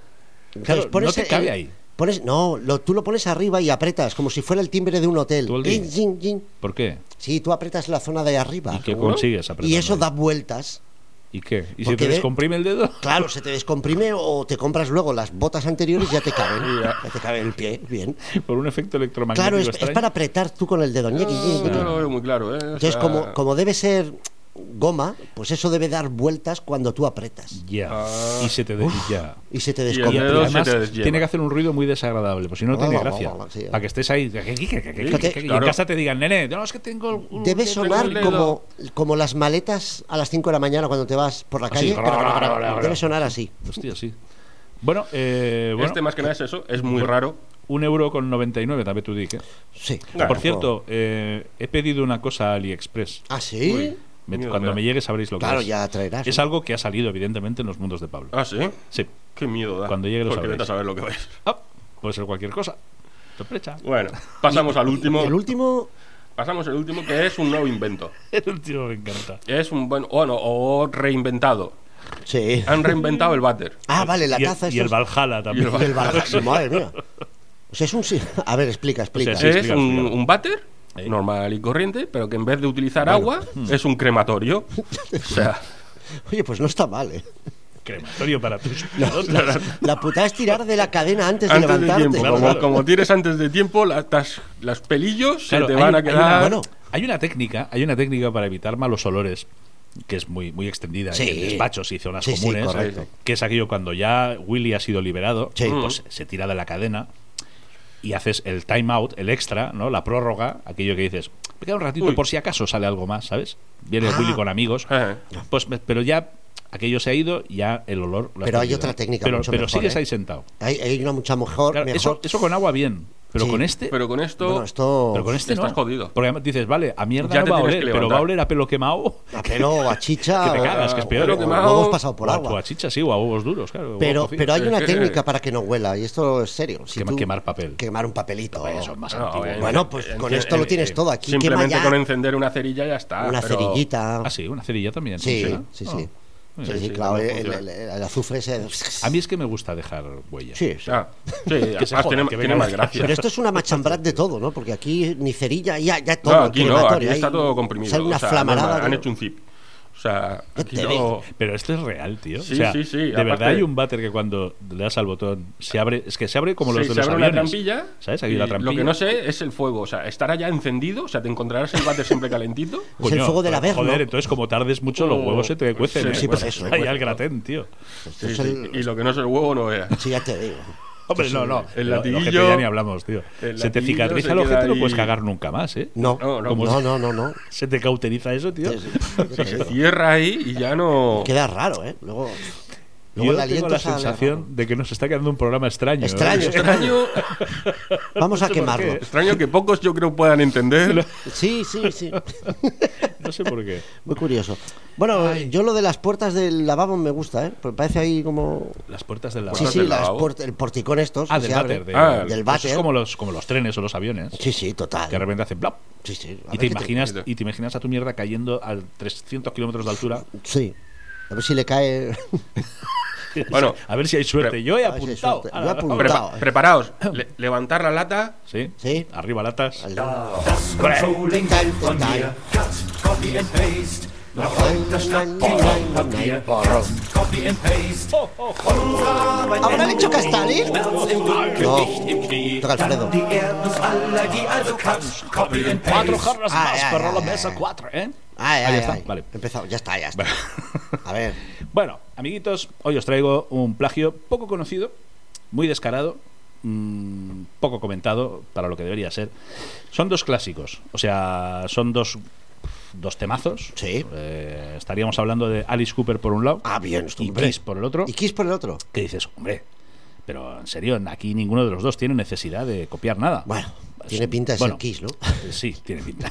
S1: entonces
S2: no te
S1: el-
S2: cabe
S1: el-
S2: ahí.
S1: Pones, no, lo- tú lo pones arriba y apretas, como si fuera el timbre de un hotel.
S2: Tú el timbre.
S1: Yin, yin, yin.
S2: ¿por qué?
S1: Sí, tú apretas la zona de arriba.
S2: ¿Y qué
S1: seguro.
S2: consigues apretando
S1: Y eso
S2: ahí?
S1: da vueltas.
S2: ¿Y qué? ¿Y si
S1: Porque
S2: te
S1: de-
S2: descomprime el dedo?
S1: Claro, se te descomprime o te compras luego las botas anteriores y ya te caben. ya te cabe el pie, bien.
S2: Por un efecto electromagnético
S1: Claro, es, es
S2: extraño.
S1: para apretar tú con el dedo. Ñiqui, ñiqui,
S3: No,
S1: ñiqui.
S3: no lo veo muy claro, ¿eh? O
S1: Entonces,
S3: sea,
S1: como, como debe ser goma, pues eso debe dar vueltas cuando tú apretas.
S2: Ya.
S3: Ah.
S2: Y se te... de- ya.
S1: Y se te
S3: el
S2: Y
S1: descomprime.
S3: dedo se
S2: además
S3: te deslleva.
S2: tiene que hacer un ruido muy desagradable, pues si no, no tiene
S1: Guau, guau,
S2: gracia.
S1: guau, sí,
S2: Para que estés ahí. Y en
S3: claro.
S2: casa te digan, nene, no, es que tengo. el-
S1: Debe
S2: tengo
S1: sonar
S2: el dedo".
S1: como, como las
S2: Ah,
S1: maletas a las 5 de la mañana cuando te vas por la
S2: Así.
S1: calle. Debe sonar así.
S2: Hostia, sí. Bueno, eh, bueno,
S3: este más que nada es eso, es muy raro.
S2: un euro con 99, también tú dije.
S1: Sí. pues,
S3: Claro.
S2: Por cierto, eh, he pedido una cosa a AliExpress.
S1: ¿Ah, sí?
S2: Me-
S3: Mierda.
S2: cuando me llegue sabréis lo
S1: Claro,
S2: que es.
S1: ya traerás.
S2: pues, Es algo que ha salido, evidentemente, en los mundos de Pablo.
S3: Ah, sí.
S2: Sí.
S3: Qué miedo da.
S2: Cuando llegue lo
S3: Porque
S2: sabréis.
S3: vete a saber lo que ves.
S2: Ah, puede ser cualquier cosa. Sorpresa.
S3: Bueno, pasamos al
S1: Y
S3: último.
S1: el último,
S3: Pasamos al último, que es un nuevo invento.
S2: El último me encanta.
S3: Es un buen. Bueno, o reinventado.
S1: sí.
S3: Han reinventado el váter.
S1: Ah, vale, la
S2: Ah, y, el-
S1: taza
S2: Y el
S1: esta
S2: Valhalla
S3: Y
S2: también.
S3: el Valhalla.
S1: es- del Valhalla. Sí, Madre mía. O sea, es un... sí- A ver, explica, explica.
S2: O sea, sí.
S3: Es
S2: explícalo,
S3: un,
S2: explícalo.
S3: un váter
S2: Eh.
S3: normal y corriente, pero que en vez de utilizar agua, es un crematorio. O sea,
S1: Oye, pues no está mal, ¿eh?
S2: Crematorio para tus pelotas.
S1: La putada es tirar de la cadena antes de
S3: antes de
S1: levantarte.
S3: tiempo.
S2: Claro,
S3: como,
S2: claro.
S3: como tires antes de tiempo, la- tas- las pelillos
S2: Claro,
S3: se te
S2: hay
S3: van
S2: un-
S3: a
S2: hay una-
S3: quedar.
S1: bueno,
S2: Hay una técnica, hay una técnica para evitar malos olores que es muy muy extendida
S1: Sí.
S2: en despachos y zonas
S1: Sí, sí,
S2: comunes,
S1: correcto.
S2: que es aquello cuando ya Willy ha sido liberado,
S1: Sí.
S2: pues
S3: Mm.
S2: se tira de la cadena y haces el time out, el extra, ¿no? La prórroga, aquello que dices, me queda un ratito
S3: Uy.
S2: por si acaso sale algo más, ¿sabes? Viene
S1: Ah.
S2: Willy con amigos,
S3: Eh.
S2: pues me- pero ya aquello se ha ido, ya el olor lo has
S1: Pero hay
S2: perdido.
S1: otra técnica
S2: pero,
S1: mucho
S2: pero
S1: mejor,
S2: sigues
S1: ¿eh?
S2: ahí sentado.
S1: Hay, hay una mucha mejor...
S2: Claro,
S1: mejor.
S2: eso, eso con agua bien, pero
S1: Sí.
S2: con este
S3: Pero con esto.
S1: Bueno, esto...
S2: pero con este
S3: Estás
S2: no.
S3: jodido.
S2: Porque además dices, vale, a mierda
S3: Ya
S2: no
S3: te
S2: va a
S3: tienes
S2: oler,
S3: que
S2: pero va a
S3: levantar.
S2: oler a pelo quemado.
S1: A pelo, a chicha...
S2: Que te
S1: o-
S2: cagas, que es peor.
S1: o-
S3: Pelo
S1: o
S3: quemado.
S1: hemos pasado por
S2: o a-
S1: agua.
S2: o a chicha, sí, o a huevos duros, claro.
S1: Pero,
S2: huevos cocidos.
S1: pero hay
S3: Es
S1: una
S3: que-
S1: técnica para que no huela, y esto es serio. Si
S2: Quemar-
S1: tú-
S2: quemar papel. Pues
S1: Quemar un papelito.
S2: Eso es más
S3: No,
S2: antiguo.
S3: eh,
S1: Bueno, pues
S3: eh,
S1: con
S3: eh,
S1: esto lo tienes todo aquí, quema
S3: Simplemente
S1: ya.
S3: con encender una cerilla ya está.
S1: una
S3: pero-
S1: cerillita.
S2: Ah, sí, una cerilla también.
S1: Sí,
S2: ¿funciona?
S1: sí, sí.
S2: Ah.
S1: Sí,
S3: Sí,
S1: sí,
S3: sí,
S1: claro,
S3: también
S1: el,
S3: funciona.
S1: el- el azufre ese.
S2: A mí es que me gusta dejar huellas.
S1: Sí, sí.
S3: Ah, sí,
S2: Que se
S3: además
S2: joda,
S3: tiene,
S2: que
S3: tiene
S2: venga.
S3: más gracia.
S1: Pero esto es una machambrat de todo, ¿no? Porque aquí ni cerilla, ya, ya todo.
S3: No, aquí no, aquí
S1: crematorio,
S3: está
S1: ahí
S3: todo comprimido.
S1: sale una
S3: o sea,
S1: flamarada
S3: normal, Han
S1: que-
S3: hecho un zip. O sea, aquí
S1: te
S3: no.
S2: Pero esto es real, tío.
S3: Sí,
S2: o sea,
S3: sí, sí,
S2: De
S3: aparte-
S2: verdad hay un váter que cuando le das al botón se abre. Es que se abre como los
S3: Sí,
S2: de
S3: se
S2: los
S3: abre una
S2: aviones.
S3: trampilla.
S2: ¿Sabes? Aquí
S3: y
S2: la trampilla.
S3: Lo que no sé es el fuego. O sea, estará ya encendido. O sea, te encontrarás el váter siempre calentito.
S1: Es el fuego de la vez,
S2: Joder,
S1: ¿no?
S2: entonces como tardes mucho, los
S3: Oh,
S2: huevos se te
S3: pues
S2: cuecen.
S3: sí,
S2: ¿eh?
S3: sí,
S1: pues eso,
S2: Ahí
S1: pues
S2: al
S1: eso.
S2: gratén, tío.
S1: Esto
S3: Sí,
S1: Pues es
S3: sí,
S1: el-
S3: Y lo que no es el huevo no era.
S1: Sí, ya te digo.
S2: Hombre, no, no.
S3: El
S2: Lo- lo
S3: latillo-
S2: ojete ya ni hablamos, tío.
S3: el
S2: Se te
S3: latillo
S2: cicatriza
S3: se
S2: el ojete,
S3: queda
S2: no
S3: ahí.
S2: puedes cagar nunca más, ¿eh?
S1: No,
S3: No, no,
S1: no, no, no, no, no.
S2: Se te cauteriza eso, tío.
S1: Sí, sí, ya te
S3: Se
S1: digo.
S3: cierra ahí y ya no.
S1: Queda raro, ¿eh? Luego, luego
S2: Yo
S1: el
S2: tengo
S1: aliento
S2: la
S1: sale
S2: sensación de que nos está quedando un programa extraño. ¿eh?
S1: Extraño.
S3: Extraño,
S1: raro. Vamos a
S2: No sé por
S1: quemarlo.
S2: qué.
S3: extraño que pocos yo creo puedan entender.
S1: Sí, sí, sí.
S2: No sé por qué.
S1: Muy curioso. Bueno, yo lo de las puertas del lavabo me gusta, ¿eh? Porque parece ahí como.
S2: Las puertas
S1: Sí,
S2: del lavabo.
S3: ¿Puertas
S1: sí,
S3: del
S1: las
S3: lavabo?
S1: puert- el porticón estos.
S2: Ah,
S1: que
S2: del
S1: se abre.
S2: váter. de-
S3: Ah,
S1: del
S2: eso
S1: váter.
S2: Es como los, como los trenes o los aviones.
S1: Sí, sí, total.
S2: Que de repente hacen plop.
S1: Sí, sí. A
S2: Y
S1: ver
S2: te,
S1: qué
S2: imaginas,
S3: mira.
S2: y te imaginas a tu mierda cayendo a 300 kilómetros de altura.
S1: Sí. A ver si le cae.
S3: Bueno,
S2: A ver si hay suerte.
S3: Pre-
S2: Yo he
S1: a ver si hay
S2: apuntado.
S1: suerte.
S2: Ah,
S1: Yo he apuntado.
S2: hombre.
S1: Prepa-
S3: preparaos. levantar la lata.
S2: Sí.
S1: Sí.
S2: Arriba latas.
S1: al-
S5: Das Controlling kommt von mir. Cut, Copy and Paste. Noch heute Schnapp, Papier. Cut, Copy and Paste. Unsere Arbeit
S1: ¿Habrá
S5: endet
S1: hecho Castañi?
S5: Schmerz im Dunkeln,
S1: No.
S5: nicht im Krieg.
S1: Toca Alfredo.
S5: Dann die Erdnussallergie, also Cut, Copy and Paste.
S2: Cuatro jarras
S1: Ah,
S2: más
S1: ya,
S2: para
S1: ya,
S2: la
S1: ya,
S2: mesa.
S1: ya.
S2: Cuatro, ¿eh?
S1: Ay,
S2: Ahí
S1: ay,
S2: está,
S1: ay.
S2: vale.
S1: Empezado, ya está, ya está. A ver.
S2: Bueno, amiguitos, hoy os traigo un plagio poco conocido, muy descarado, mm, poco comentado para lo que debería ser. Son dos clásicos, o sea, son dos, dos temazos.
S1: Sí.
S2: Eh, estaríamos hablando de Alice Cooper por un lado
S1: Ah, bien,
S2: y
S1: estupendo.
S2: Kiss por el otro.
S1: Y Kiss por el otro.
S2: Que dices, hombre, pero en serio, aquí ninguno de los dos tiene necesidad de copiar nada.
S1: Bueno, tiene pinta de ser
S2: Bueno,
S1: Kiss, ¿no?
S2: Sí, tiene pinta.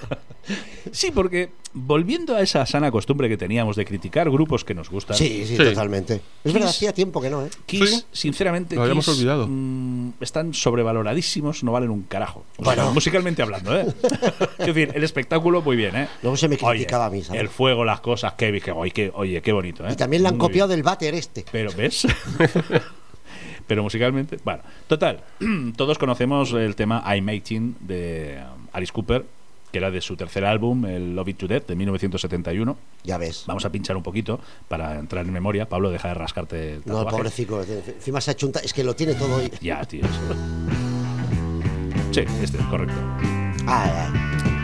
S2: sí, porque volviendo a esa sana costumbre que teníamos de criticar grupos que nos gustan,
S1: Sí, sí,
S3: Sí.
S1: totalmente. Es verdad,
S2: Kiss.
S1: hacía tiempo que no, ¿eh?
S2: Kiss,
S3: Sí.
S2: sinceramente,
S3: Lo habíamos
S2: Kiss,
S3: olvidado.
S2: mm, están sobrevaloradísimos, no valen un carajo. O sea,
S1: Bueno.
S2: musicalmente hablando, ¿eh? es decir, el espectáculo muy bien, ¿eh?
S1: Luego se me
S2: Oye,
S1: criticaba a mí, ¿sabes?
S2: El fuego, las cosas que dije, oye, qué, oye, qué bonito, ¿eh?
S1: Y también la han
S2: Muy
S1: copiado
S2: bien.
S1: del váter este.
S2: Pero, ¿ves? Pero musicalmente, bueno, total, todos conocemos el tema I'm 18 de um, Alice Cooper, que era de su tercer álbum, el Love It to Death, de 1971.
S1: Ya ves.
S2: Vamos a pinchar un poquito para entrar en memoria. Pablo, deja de rascarte. el
S1: No,
S2: tatuaje.
S1: pobrecito. Encima se ha hecho un ta- Es que lo tiene todo hoy.
S2: Ya, tío. Sí, este, correcto.
S1: Ay, ay.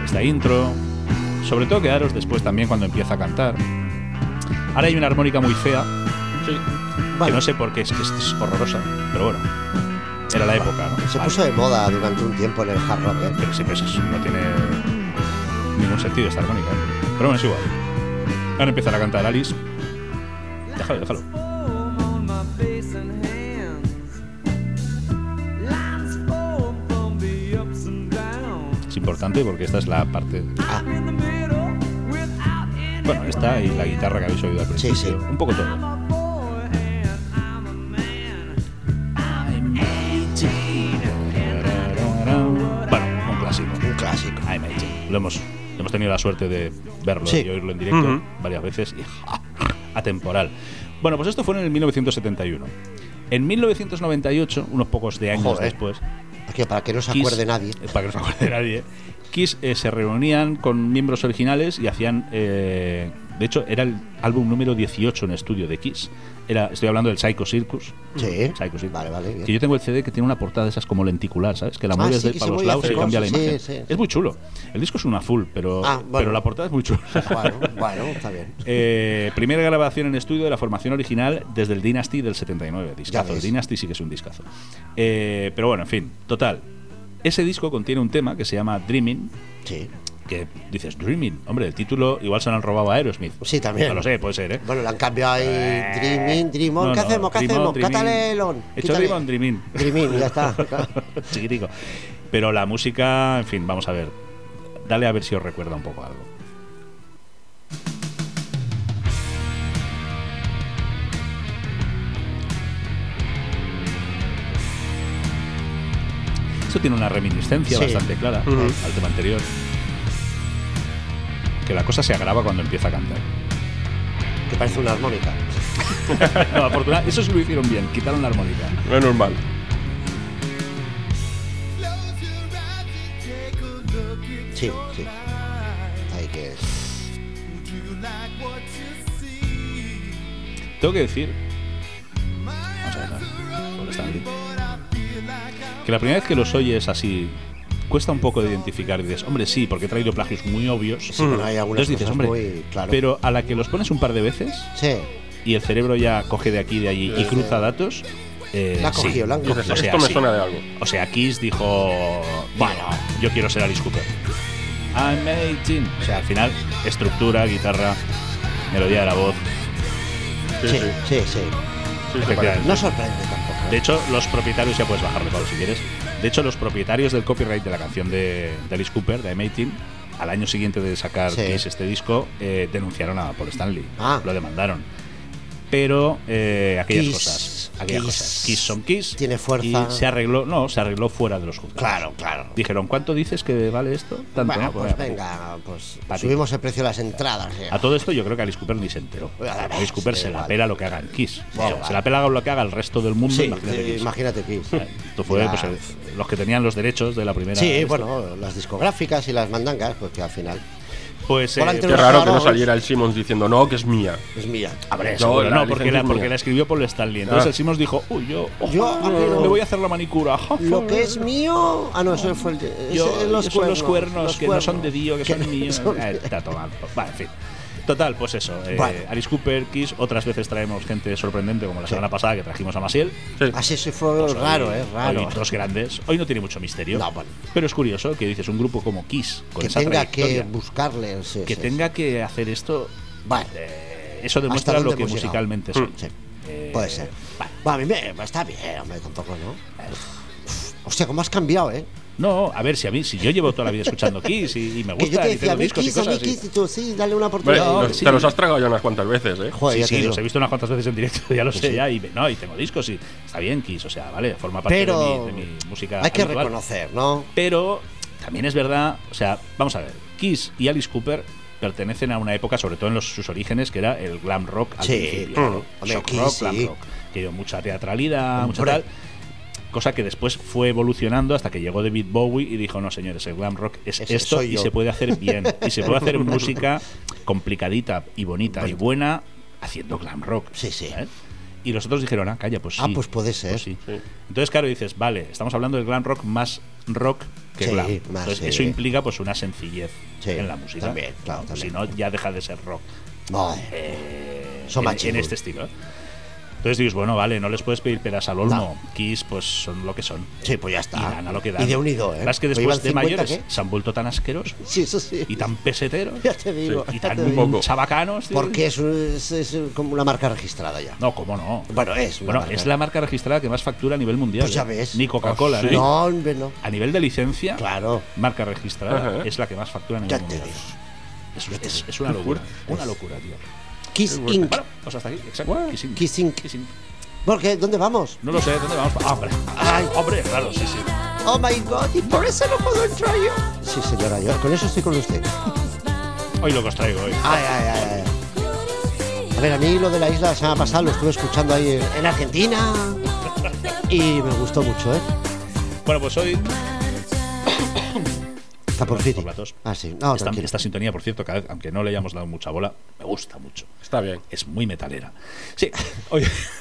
S2: Esta intro. Sobre todo quedaros después también cuando empieza a cantar. Ahora hay una armónica muy fea,
S3: Sí.
S2: que
S1: Vale.
S2: no sé por qué, es que es horrorosa, pero bueno. Era la época, ¿no?
S1: Se
S2: Vale.
S1: puso de moda durante un tiempo en el hard rock, ¿eh?
S2: Pero siempre es, no tiene ningún sentido esta armónica. ¿eh? Pero bueno, es igual. Ahora empezar a cantar Alice. Déjalo, déjalo.
S6: Foam on my face and
S2: importante porque esta es la parte.
S1: Ah,
S2: Bueno, esta y la guitarra que habéis oído al
S1: Sí,
S2: principio.
S1: sí.
S2: Un poco todo. Bueno, un clásico.
S1: un clásico.
S2: Ay, me eche. Lo hemos, hemos tenido la suerte de verlo
S1: Sí.
S2: y oírlo en directo
S3: Ujú.
S2: varias veces y atemporal. Bueno, pues esto fue en el 1971. En 1998, unos pocos de años
S1: Joder.
S2: después,
S1: Aquí, para que no se
S2: Kiss-
S1: acuerde nadie.
S2: eh, Para que no se acuerde nadie. Kiss eh, se reunían con miembros originales y hacían. eh, de hecho, era el álbum número 18 en estudio de Kiss. Era, estoy hablando del Psycho Circus.
S1: Sí.
S2: Psycho Circus.
S1: Vale, vale, bien.
S2: Que yo tengo el CD que tiene una portada de esas como lenticular, ¿sabes? Que la
S1: Ah,
S2: mueves
S1: sí,
S2: de-
S1: que se
S2: para los
S1: mueve y
S2: lados
S1: hace
S2: y cambia la
S1: cosas, sí,
S2: imagen.
S1: sí, sí.
S2: Es muy chulo. El disco es una full, pero,
S1: Ah, bueno.
S2: pero la portada es muy chula.
S1: Bueno, bueno, está bien.
S2: Eh, primera grabación en estudio de la formación original desde el Dynasty del 79.
S1: Ya
S2: Discazo. El
S1: ves.
S2: Dynasty sí que es un discazo. Eh, pero bueno, en fin, total. Ese disco contiene un tema que se llama Dreaming.
S1: Sí.
S2: Que dices, Dreaming. Hombre, el título igual se lo han robado a Aerosmith.
S1: Sí, también.
S2: No lo sé, puede ser, ¿eh?
S1: Bueno, le han cambiado ahí. Dreaming, Dream on.
S2: No,
S1: ¿Qué
S2: no,
S1: hacemos? ¿Qué
S2: Dream on,
S1: hacemos?
S2: Dream in.
S1: Cátale, Elon.
S2: Hecho
S1: quítale.
S2: Dream on, Dream in.
S1: Dream in, ya está.
S2: Chiquitico. Pero la música, en fin, vamos a ver. Dale a ver si os recuerda un poco algo. Eso tiene una reminiscencia
S1: Sí.
S2: bastante clara
S3: Ujú.
S2: al tema anterior. Que la cosa se agrava cuando empieza a cantar.
S1: que parece una armónica.
S2: No, afortuna- eso sí lo hicieron bien, quitaron la armónica.
S3: No es normal.
S1: Sí, sí. Ahí que.
S2: Tengo que decir. Vamos a dejar. Porque está aquí. Que la primera vez que los oyes así. Cuesta un poco de identificar y dices, hombre, sí, porque he traído plagios muy obvios.
S1: Sí, bueno, hay algunas
S2: Mm. Entonces dices,
S1: cosas
S2: hombre,
S1: muy. Claro.
S2: pero a la que los pones un par de veces
S1: Sí.
S2: y el cerebro ya coge de aquí, de allí y cruza datos. eh,
S1: La ha cogido,
S2: sí.
S1: la han
S3: Y dices,
S1: cogido.
S2: O sea,
S3: esto me
S2: sí.
S3: suena de algo.
S2: O sea, Kiss dijo, bueno, yo quiero ser Alice Cooper. I'm 18. O sea, al final, estructura, guitarra, melodía de la voz.
S3: Sí,
S1: Sí,
S3: sí.
S1: sí, sí.
S3: sí, se
S2: Efectivamente.
S3: parece.
S1: No sorprende tampoco. ¿eh?
S2: De hecho, los propietarios, ya puedes bajarlo, Pablo, si quieres. De hecho, los propietarios del copyright de la canción de, de Alice Cooper, de M18, al año siguiente de sacar
S1: Sí.
S2: que es este disco, eh, denunciaron a Paul Stanley.
S1: Ah.
S2: Lo demandaron. Pero eh, aquellas
S1: Kiss,
S2: cosas, aquellas
S1: Kiss.
S2: cosas. Kiss son Kiss.
S1: Tiene fuerza.
S2: Y se arregló, no, se arregló fuera de los juzgados.
S1: Claro, claro.
S2: Dijeron, ¿cuánto dices que vale esto? Tanto,
S1: Bueno,
S2: ¿no?
S1: pues
S2: venga,
S1: venga, pues
S2: Patito.
S1: subimos el precio de las entradas. ya.
S2: A todo esto yo creo que Alice Cooper ni se enteró.
S1: Además,
S2: Alice Cooper
S1: sí,
S2: se la
S1: vale.
S2: pela lo que haga el Kiss. O sea,
S1: vale.
S2: Se la pela lo que haga el resto del mundo.
S1: Sí,
S2: imagínate
S1: eh,
S2: Kiss.
S1: imagínate Kiss.
S2: Esto fue
S1: Ya.
S2: pues, el- los que tenían los derechos de la primera.
S1: Sí, bueno, las discográficas y las mandangas, pues que al final
S2: pues. eh,
S1: Volante
S3: Qué
S1: Pero
S3: raro que no
S1: claro,
S3: saliera el Simmons diciendo, no, que es mía.
S1: es mía.
S2: hombre,
S3: No,
S2: seguro,
S3: la
S2: no, porque
S3: licencia
S2: la,
S3: es
S2: porque
S3: mía.
S2: la escribió Paul Stanley. Entonces
S3: Ah.
S2: el Simmons dijo, uy, yo, oh,
S1: Yo hago-
S2: le voy a hacer la manicura.
S1: Lo que es mío. Ah, no, eso fue el. ese-
S2: Yo-
S1: los,
S2: son
S1: cuernos,
S2: los cuernos
S1: los
S2: que
S1: cuernos.
S2: no son de Dio, que son míos.
S1: son-
S2: Eh, está tomando. Vale, en fin. Total, pues eso. eh,
S1: Bueno.
S2: Alice Cooper, Kiss, otras veces traemos gente sorprendente, como la semana pasada que trajimos a Masiel.
S3: Sí.
S1: Así sí fue
S2: Pues hoy-
S1: raro, ¿eh? Raro.
S2: hoy dos grandes. Hoy no tiene mucho misterio.
S1: No, bueno.
S2: Pero es curioso que dices un grupo como Kiss, con
S1: Que
S2: esa
S1: tenga que
S2: trayectoria,
S1: buscarle. sí,
S2: que
S1: sí,
S2: tenga que hacer esto,
S1: Vale.
S2: eh, eso
S1: ¿Hasta
S2: demuestra
S1: dónde
S2: lo que
S1: hemos llegado?
S2: musicalmente
S1: sí.
S2: son.
S1: Sí,
S2: Eh,
S1: Puede ser.
S2: vale.
S1: Bueno, a mí me- está bien, hombre, tampoco, ¿no? Hostia, cómo has cambiado, ¿eh?
S2: No, a ver, si a mí, si yo llevo toda la vida escuchando Kiss y, y me
S1: Que yo
S2: gusta,
S1: te
S2: y
S1: decía,
S2: tengo
S1: a mí
S2: discos y
S1: Kiss, a
S2: cosas.
S1: mí
S2: y-
S1: Kiss, y tú sí, dale una
S3: Vale,
S1: oportunidad.
S2: No,
S3: los-
S2: sí.
S3: te los has tragado ya unas cuantas veces, ¿eh?
S1: Joder,
S2: sí,
S1: ya te
S2: sí,
S1: digo.
S2: los he visto unas cuantas veces en directo, ya lo sé, ya, y no, y tengo discos y está bien, Kiss, o sea, vale, forma parte de
S1: Pero
S2: mi- de, mi, música.
S1: hay que
S2: habitual.
S1: reconocer, ¿no?
S2: Pero también es verdad, o sea, vamos a ver, Kiss y Alice Cooper pertenecen a una época, sobre todo en los- sus orígenes, que era el glam rock al
S1: Sí.
S2: principio.
S3: Mm.
S2: ¿no?
S1: Hombre,
S2: Shock
S1: Kiss,
S2: rock, glam
S1: sí.
S2: rock. Que dio mucha teatralidad, mucha
S1: Hombre.
S2: tal. Cosa que después fue evolucionando hasta que llegó David Bowie y dijo, no señores, el glam rock es
S1: Ese
S2: esto
S1: soy
S2: y
S1: yo".
S2: se puede hacer bien. Y se puede hacer música complicadita y bonita y buena haciendo glam rock.
S1: Sí, sí.
S2: ¿sabes? Y los otros dijeron, ah, calla, pues sí.
S1: Ah, pues puede ser.
S2: sí. Entonces, claro, dices, vale, estamos hablando del glam rock más rock que
S1: Sí,
S2: glam.
S1: más,
S2: Entonces,
S1: sí.
S2: eso implica pues una sencillez
S1: Sí,
S2: en la música.
S1: también, claro,
S2: Pues,
S1: también.
S2: Si no, ya deja de ser rock.
S1: Madre.
S2: eh,
S1: Son
S2: en-
S1: más
S2: en,
S1: chicos.
S2: este estilo. ¿eh? Entonces dices, bueno, vale, no les puedes pedir peras al olmo. Kiss, pues son lo que son.
S1: Sí, pues ya está.
S2: Y dan a lo que dan.
S1: Y de unido, ¿eh?
S2: Las que
S1: Pues
S2: después
S1: iban
S2: de
S1: 50,
S2: mayores
S1: ¿qué?
S2: se han vuelto tan asquerosos
S1: Sí, eso sí.
S2: y tan peseteros
S1: Ya te digo.
S2: y
S1: ya te
S2: tan
S1: digo.
S3: poco.
S2: chabacanos. tío.
S1: Porque es, es- es como una marca registrada ya.
S2: No, cómo no.
S1: Bueno, es una
S2: Bueno,
S1: marca.
S2: es la marca registrada que más factura a nivel mundial.
S1: Pues ya
S2: ¿eh?
S1: ves.
S2: Ni Coca-Cola,
S3: Ah, sí.
S2: ¿eh?
S1: No, hombre, no.
S2: A nivel de licencia,
S1: Claro.
S2: marca registrada
S3: Ajá.
S2: es la que más factura a nivel
S1: Ya te
S2: mundial.
S1: digo.
S2: Es, es- es una locura. Una locura, tío.
S1: Kiss Inc.
S2: Bueno, pues hasta aquí. Exacto. Kissing.
S1: Kiss Inc.
S2: Kissing.
S1: Porque, ¿dónde vamos?
S2: No lo sé, ¿dónde vamos? Ah, hombre.
S1: Ay.
S2: Hombre, claro, sí, sí.
S1: Oh my god, y por eso no puedo entrar yo. Sí, señora, yo con eso estoy con usted.
S2: Hoy lo que os traigo hoy.
S1: Ay, ay, ay, ay. A ver, a mí lo de la isla la semana pasada lo estuve escuchando ahí en, en Argentina. Y me gustó mucho, ¿eh?
S2: Bueno, pues hoy
S1: Ah, Está por
S2: Por
S1: fin.
S2: la tos.
S1: Ah, sí. No,
S2: esta,
S1: tranquilo.
S2: esta sintonía, por cierto, cada vez, aunque no le hayamos dado mucha bola, me gusta mucho.
S3: Está bien.
S2: Es muy metalera. Sí, hoy,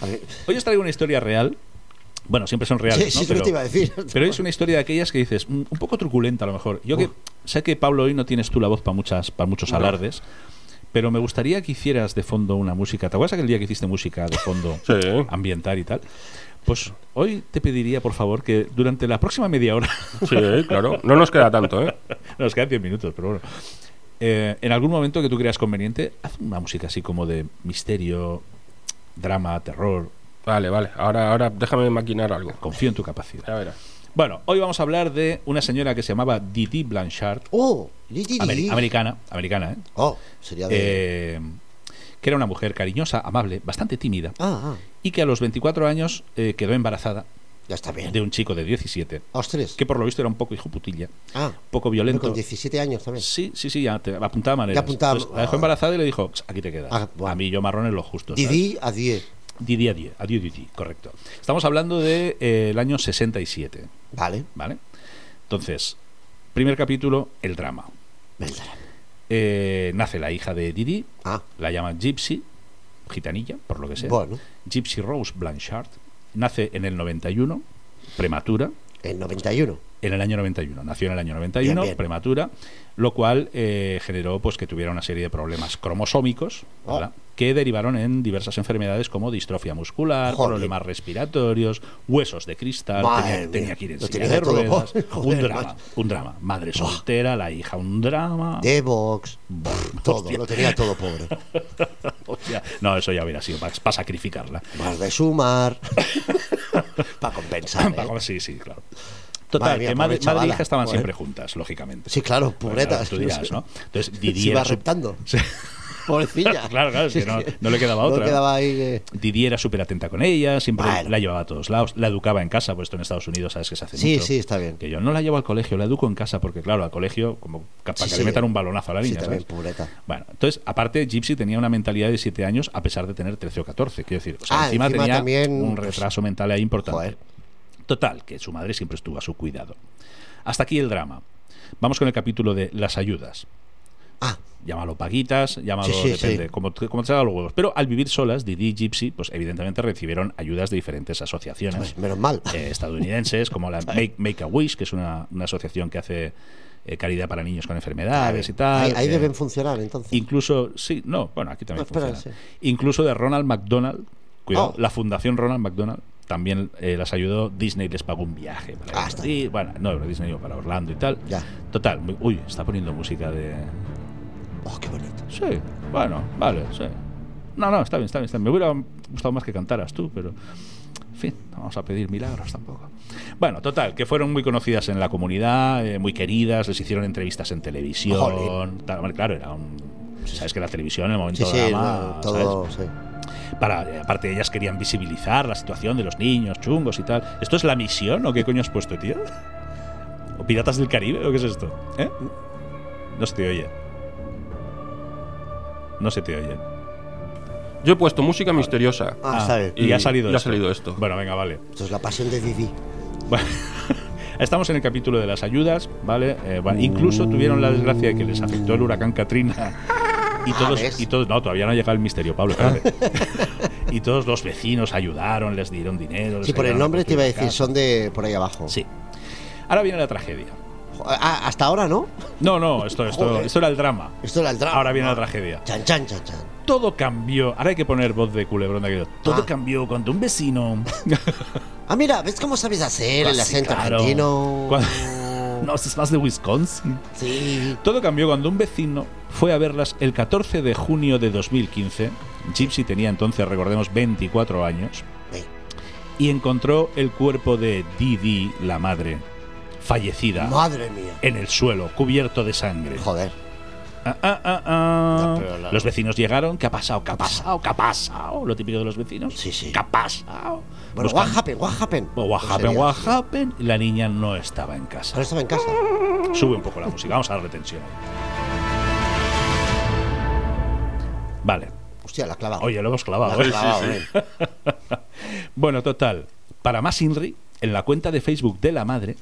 S1: A ver,
S2: hoy os traigo una historia real. Bueno, siempre son reales,
S1: Sí, sí,
S2: ¿no?
S1: es lo que te iba a decir.
S2: pero es una historia de aquellas que dices, "Mm, un poco truculenta a lo mejor. Yo que
S1: Uf.
S2: sé que Pablo hoy no tienes tú la voz para muchas, para muchos
S3: No.
S2: alardes, pero me gustaría que hicieras de fondo una música. ¿Te acuerdas aquel día que hiciste música de fondo
S3: Sí.
S2: ambiental y tal? Pues hoy te pediría, por favor, que durante la próxima media hora
S3: Sí, claro. No nos queda tanto, ¿eh?
S2: Nos quedan 10 minutos, pero bueno. Eh, en algún momento que tú creas conveniente, haz una música así como de misterio, drama, terror.
S3: Vale, vale. Ahora, ahora déjame maquinar algo.
S2: Confío en tu capacidad.
S3: Ya verás.
S2: Bueno, hoy vamos a hablar de una señora que se llamaba Didi Blanchard,
S1: Oh, li, li, li.
S2: ameri- americana, americana, ¿eh?
S1: Oh, sería de.
S2: Eh, que era una mujer cariñosa, amable, bastante tímida,
S1: Ah, ah,
S2: y que a los 24 años eh, quedó embarazada
S1: ya está bien.
S2: de un chico de 17,
S1: Ostras.
S2: que por lo visto era un poco hijoputilla,
S1: Ah,
S2: poco
S1: pero
S2: violento.
S1: con 17 años también.
S2: Sí, sí, sí, ya te- apuntaba maneras.
S1: Ya apuntaba.
S2: Entonces, la dejó embarazada y le dijo, "Ps, aquí te quedas.
S1: Ah, bueno.
S2: A mí yo marrón es lo justo. ¿sabes?
S1: Didi a 10.
S2: Didi, adiós, adiós Didi, correcto. Estamos hablando del de, eh, el año 67,
S1: Vale.
S2: ¿vale? Entonces, primer capítulo, el drama.
S1: Vendrá.
S2: Eh, nace la hija de Didi,
S1: Ah,
S2: la llaman Gypsy, gitanilla, por lo que sea.
S1: bueno.
S2: Gypsy Rose Blanchard, nace en el 91, prematura,
S1: En 91.
S2: en el año 91. Nació en el año 91,
S1: Bien, bien.
S2: prematura, lo cual eh, generó pues que tuviera una serie de problemas cromosómicos,
S1: Oh.
S2: ¿verdad? que derivaron en diversas enfermedades como distrofia muscular,
S1: Joder.
S2: problemas respiratorios, huesos de cristal,
S1: Madre
S2: tenía, tenía
S1: mía,
S2: que ir en
S1: lo
S2: silla
S1: tenía
S2: de
S1: todo
S2: ruedas,
S1: vos.
S2: un
S1: Joder,
S2: drama,
S1: macho. Oh. Eh.
S2: un drama, madre soltera, la hija un drama,
S1: De box.
S2: Buah,
S1: Todo,
S2: hostia.
S1: lo tenía todo pobre.
S2: Hostia, no, eso ya hubiera sido para, para sacrificarla.
S1: Más de sumar. Para compensar.
S2: Para
S1: ¿eh?
S2: comer- Sí, sí, claro. Total,
S1: Madre mía,
S2: que madre,
S1: pobre
S2: madre e
S1: chavala.
S2: hija estaban
S1: Joder.
S2: siempre juntas, lógicamente.
S1: Sí, claro,
S2: Pues,
S1: pobretas.
S2: claro, tú dirás, ¿no? Entonces,
S1: Se
S2: Didi
S1: iba
S2: era su-
S1: reptando.
S2: Sí.
S1: Pobrecilla.
S2: Claro, claro, es que
S1: Sí,
S2: no,
S1: sí.
S2: no le quedaba
S1: No
S2: otra.
S1: quedaba ahí. que-
S2: Didi era súper atenta con ella, siempre
S1: Bueno.
S2: la llevaba a todos lados, la educaba en casa, pues esto en Estados Unidos sabes que se hace
S1: Sí,
S2: mucho.
S1: sí, está bien.
S2: Que yo no la llevo al colegio, la educo en casa, porque claro, al colegio, como para
S1: Sí,
S2: que
S1: sí.
S2: le metan un balonazo a la
S1: Sí,
S2: niña,
S1: también,
S2: ¿sabes?
S1: pobreta.
S2: Bueno, entonces, aparte, Gypsy tenía una mentalidad de 7 años a pesar de tener 13 o 14, quiero decir. O sea,
S1: Ah,
S2: encima,
S1: encima
S2: tenía
S1: también,
S2: un
S1: pues,
S2: retraso mental ahí importante.
S1: joder.
S2: Total, que su madre siempre estuvo a su cuidado. Hasta aquí el drama. Vamos con el capítulo de las ayudas.
S1: Ah,
S2: Llámalo paguitas, llámalo
S1: Sí, sí,
S2: depende,
S1: sí.
S2: como, te- como te salga los huevos. Pero al vivir solas, Didi y Gypsy, pues evidentemente recibieron ayudas de diferentes asociaciones
S1: pues, menos mal.
S2: eh, estadounidenses, como la Make, Make a Wish, que es una, una asociación que hace eh, caridad para niños con enfermedades y tal.
S1: Ahí, ahí
S2: eh,
S1: deben funcionar entonces.
S2: Incluso, sí, no, bueno, aquí también
S1: Espera,
S2: funciona. Incluso de Ronald McDonald, cuidado,
S1: Oh.
S2: la Fundación Ronald McDonald también eh, las ayudó. Disney les pagó un viaje para
S1: Ah,
S2: ir a
S1: está
S2: Madrid, bueno, no, pero Disney iba para Orlando y tal.
S1: Ya.
S2: Total, muy- uy, está poniendo música de.
S1: Oh, qué bonito.
S2: Sí, bueno, vale, sí. No, no, está bien, está bien, está bien. Me hubiera gustado más que cantaras tú, pero. En fin, no vamos a pedir milagros tampoco. Bueno, total, que fueron muy conocidas en la comunidad, eh, muy queridas, les hicieron entrevistas en televisión.
S1: Jolín.
S2: tal, hombre, claro, era un. Sabes que la televisión en el momento
S1: Sí, sí,
S2: drama,
S1: no, todo. Sí.
S2: ¿sabes? Para, eh, aparte, ellas querían visibilizar la situación de los niños chungos y tal. ¿Esto es la misión o qué coño has puesto, tío? ¿O Piratas del Caribe o qué es esto? ¿Eh? No se te oye. No se te oye.
S3: Yo he puesto música misteriosa.
S1: Ah, está bien.
S2: Y,
S3: Y
S2: ha salido
S3: ya ha
S2: esto.
S3: salido esto.
S2: Bueno, venga, vale.
S1: Esto es la pasión de Didi.
S2: Pues Bueno, Estamos en el capítulo de las ayudas, ¿vale? Eh, va-
S1: Mm.
S2: incluso tuvieron la desgracia de que les afectó el huracán Katrina. Y
S1: ¿ves?
S2: todos, y todos, no, todavía no ha llegado el misterio, Pablo. espérate. y todos los vecinos ayudaron, les dieron dinero. les
S1: Ah. Sí, por el
S2: ayudaron a
S1: nombre te iba a
S2: construir
S1: decir,
S2: casa.
S1: son de por ahí abajo.
S2: Sí. Ahora viene la tragedia.
S1: Ah, hasta ahora no.
S2: No, no, esto, esto,
S1: Joder.
S2: esto era el drama.
S1: Esto era el drama.
S2: Ahora viene la tragedia.
S1: Chan, chan, chan, chan.
S2: Todo cambió. Ahora hay que poner voz de culebrón de aquello. Todo
S1: Ah.
S2: cambió cuando un vecino.
S1: Ah, mira, ¿ves cómo sabes hacer el
S2: Casi,
S1: acento
S2: Ah, claro.
S1: argentino?
S2: Cuando- no, es más de Wisconsin.
S1: Sí.
S2: Todo cambió cuando un vecino fue a verlas el 14 de junio de 2015. Gypsy tenía entonces, recordemos, 24 años.
S1: Ve.
S2: Y encontró el cuerpo de Didi, la madre, fallecida
S1: Madre mía.
S2: en el suelo, cubierto de sangre.
S1: Joder.
S2: Ah, ah, ah, ah.
S1: Ya, pero la-
S2: Los vecinos llegaron. ¿Qué ha pasado? ¿Qué ha pasado? ¿Qué ha pasado? Lo típico de los vecinos.
S1: Sí, sí.
S2: ¿Qué ha pasado?
S1: Bueno,
S2: Buscan-
S1: what happened, what happened.
S2: Oh, what
S1: Pues
S2: happened,
S1: sería-
S2: what happened? La niña no estaba en casa.
S1: Ahora estaba en casa.
S2: Sube un poco la música, vamos a darle tensión. Vale.
S1: Hostia, la clava.
S2: Oye, lo hemos
S1: la
S2: clavado.
S1: ha
S2: ¿eh?
S1: clavado,
S3: sí,
S1: eh.
S2: Bueno, total. Para más Inri, en la cuenta de Facebook de la madre,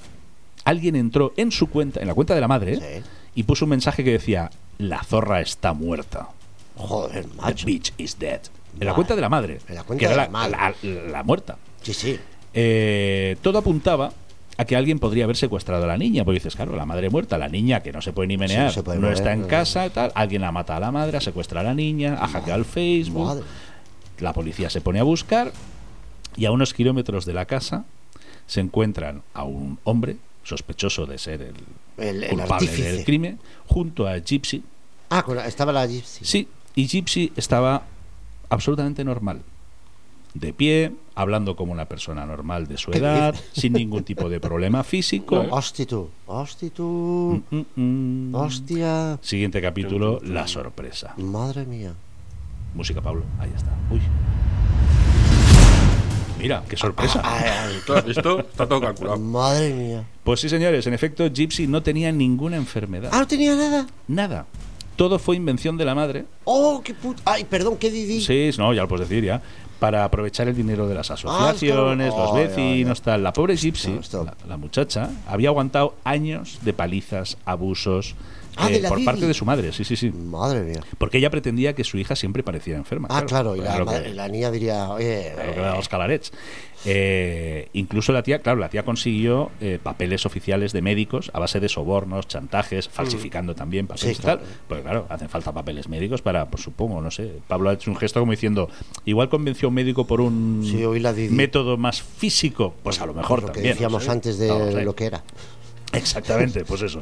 S2: alguien entró en su cuenta, en la cuenta de la madre, ¿eh?
S1: Sí.
S2: y puso un mensaje que decía: La zorra está muerta.
S1: Joder,
S2: The
S1: macho.
S2: bitch is dead. En la
S1: Vale.
S2: cuenta de la madre.
S1: En la cuenta
S2: que era
S1: de la madre.
S2: la- la muerta.
S1: Sí, sí.
S2: Eh, todo apuntaba a que alguien podría haber secuestrado a la niña, porque dices, claro, la madre muerta, la niña que no se puede ni menear,
S1: se puede
S2: no
S1: mover,
S2: está en
S1: no.
S2: casa, tal, alguien ha matado a la madre, ha secuestrado a la niña, ha hackeado el Facebook,
S1: Madre.
S2: la policía se pone a buscar y a unos kilómetros de la casa se encuentran a un hombre sospechoso de ser el
S1: El, el
S2: culpable
S1: artífice.
S2: del crimen, junto a Gypsy.
S1: Ah, con la- estaba la Gypsy.
S2: Sí, y Gypsy estaba absolutamente normal. De pie, hablando como una persona normal de su
S1: ¿Qué
S2: edad, sin ningún tipo de problema físico.
S1: Hosti tú. Hosti tú.
S2: Mm, mm, mm.
S1: Hostia.
S2: Siguiente capítulo, la sorpresa.
S1: Madre mía.
S2: Música, Pablo. Ahí está. Uy. Mira, qué sorpresa.
S1: Ay,
S3: ¿Tú has visto? Está todo
S1: ay,
S3: calculado.
S1: madre mía.
S2: Pues sí, señores, en efecto, Gypsy no tenía ninguna enfermedad.
S1: Ah, no tenía nada.
S2: Nada. Todo fue invención de la madre.
S1: Oh, qué puta. Ay, perdón, qué Didi.
S2: Sí, no, ya lo puedes decir ya. Para aprovechar el dinero de las asociaciones,
S1: Ah, es
S2: los
S1: que- Ay,
S2: vecinos, tal. La pobre Gypsy,
S1: Stop, stop.
S2: La, la muchacha, había aguantado años de palizas, abusos eh,
S1: Ah, de la
S2: por
S1: Didi.
S2: parte de su madre. Sí, sí, sí.
S1: Madre mía.
S2: Porque ella pretendía que su hija siempre parecía enferma.
S1: Ah, claro, y la,
S2: Claro
S1: madre-
S2: Pues que-
S1: la niña diría, oye,
S2: claro que eran los calarets. Eh, incluso la tía, claro, la tía consiguió eh, papeles oficiales de médicos a base de sobornos, chantajes, falsificando también papeles
S1: Mm. Sí,
S2: y tal.
S1: claro.
S2: Porque claro, hacen falta papeles médicos para, pues, supongo, no sé. Pablo ha hecho un gesto como diciendo, igual convenció a un médico por un
S1: Sí, hoy la Didi.
S2: método más físico, pues a lo mejor
S1: lo que
S2: también.
S1: decíamos
S2: no sé.
S1: antes de
S2: No lo sé.
S1: lo que era.
S2: Exactamente, pues eso.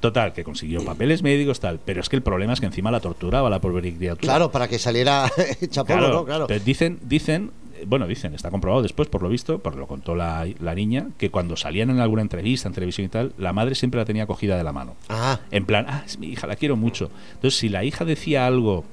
S2: Total, que consiguió papeles médicos, tal. Pero es que el problema es que encima la torturaba la pobre criatura.
S1: Claro, para que saliera chapón, ¿no? Claro.
S2: pero dicen, dicen, eh, bueno, dicen, está comprobado después, por lo visto, por lo contó la, la niña, que cuando salían en alguna entrevista, en televisión y tal, la madre siempre la tenía cogida de la mano.
S1: Ah,
S2: En plan, ah, es mi hija, la quiero mucho. Entonces, si la hija decía algo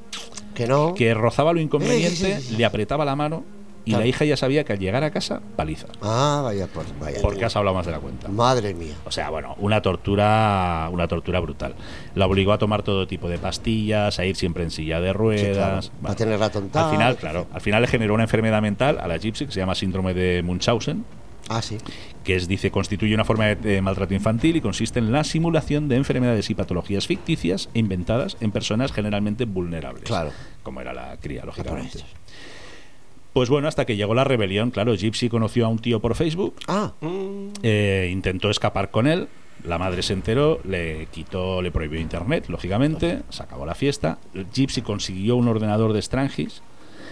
S1: que no.
S2: que rozaba lo inconveniente,
S1: Eh, sí, sí, sí.
S2: le apretaba la mano y
S1: Claro.
S2: la hija ya sabía que al llegar a casa, paliza.
S1: Ah, vaya, por, vaya.
S2: Porque has hablado más de la cuenta.
S1: Madre mía.
S2: O sea, bueno, una tortura, una tortura brutal. La obligó a tomar todo tipo de pastillas, a ir siempre en silla de ruedas.
S1: Sí, claro.
S2: Bueno,
S1: Va a tener la tontada.
S2: Al final, claro, al final le generó una enfermedad mental a la Gypsy que se llama síndrome de Munchausen,
S1: Ah, sí.
S2: que es, dice, constituye una forma de, de maltrato infantil y consiste en la simulación de enfermedades y patologías ficticias inventadas en personas generalmente vulnerables.
S1: Claro.
S2: Como era la cría,
S1: por
S2: lógicamente.
S1: eso.
S2: Pues bueno, hasta que llegó la rebelión, claro, Gypsy conoció a un tío por Facebook,
S1: Ah,
S3: Mm.
S2: eh, intentó escapar con él. La madre se enteró, le quitó, le prohibió internet, lógicamente, se acabó la fiesta. Gypsy consiguió un ordenador de Strangis.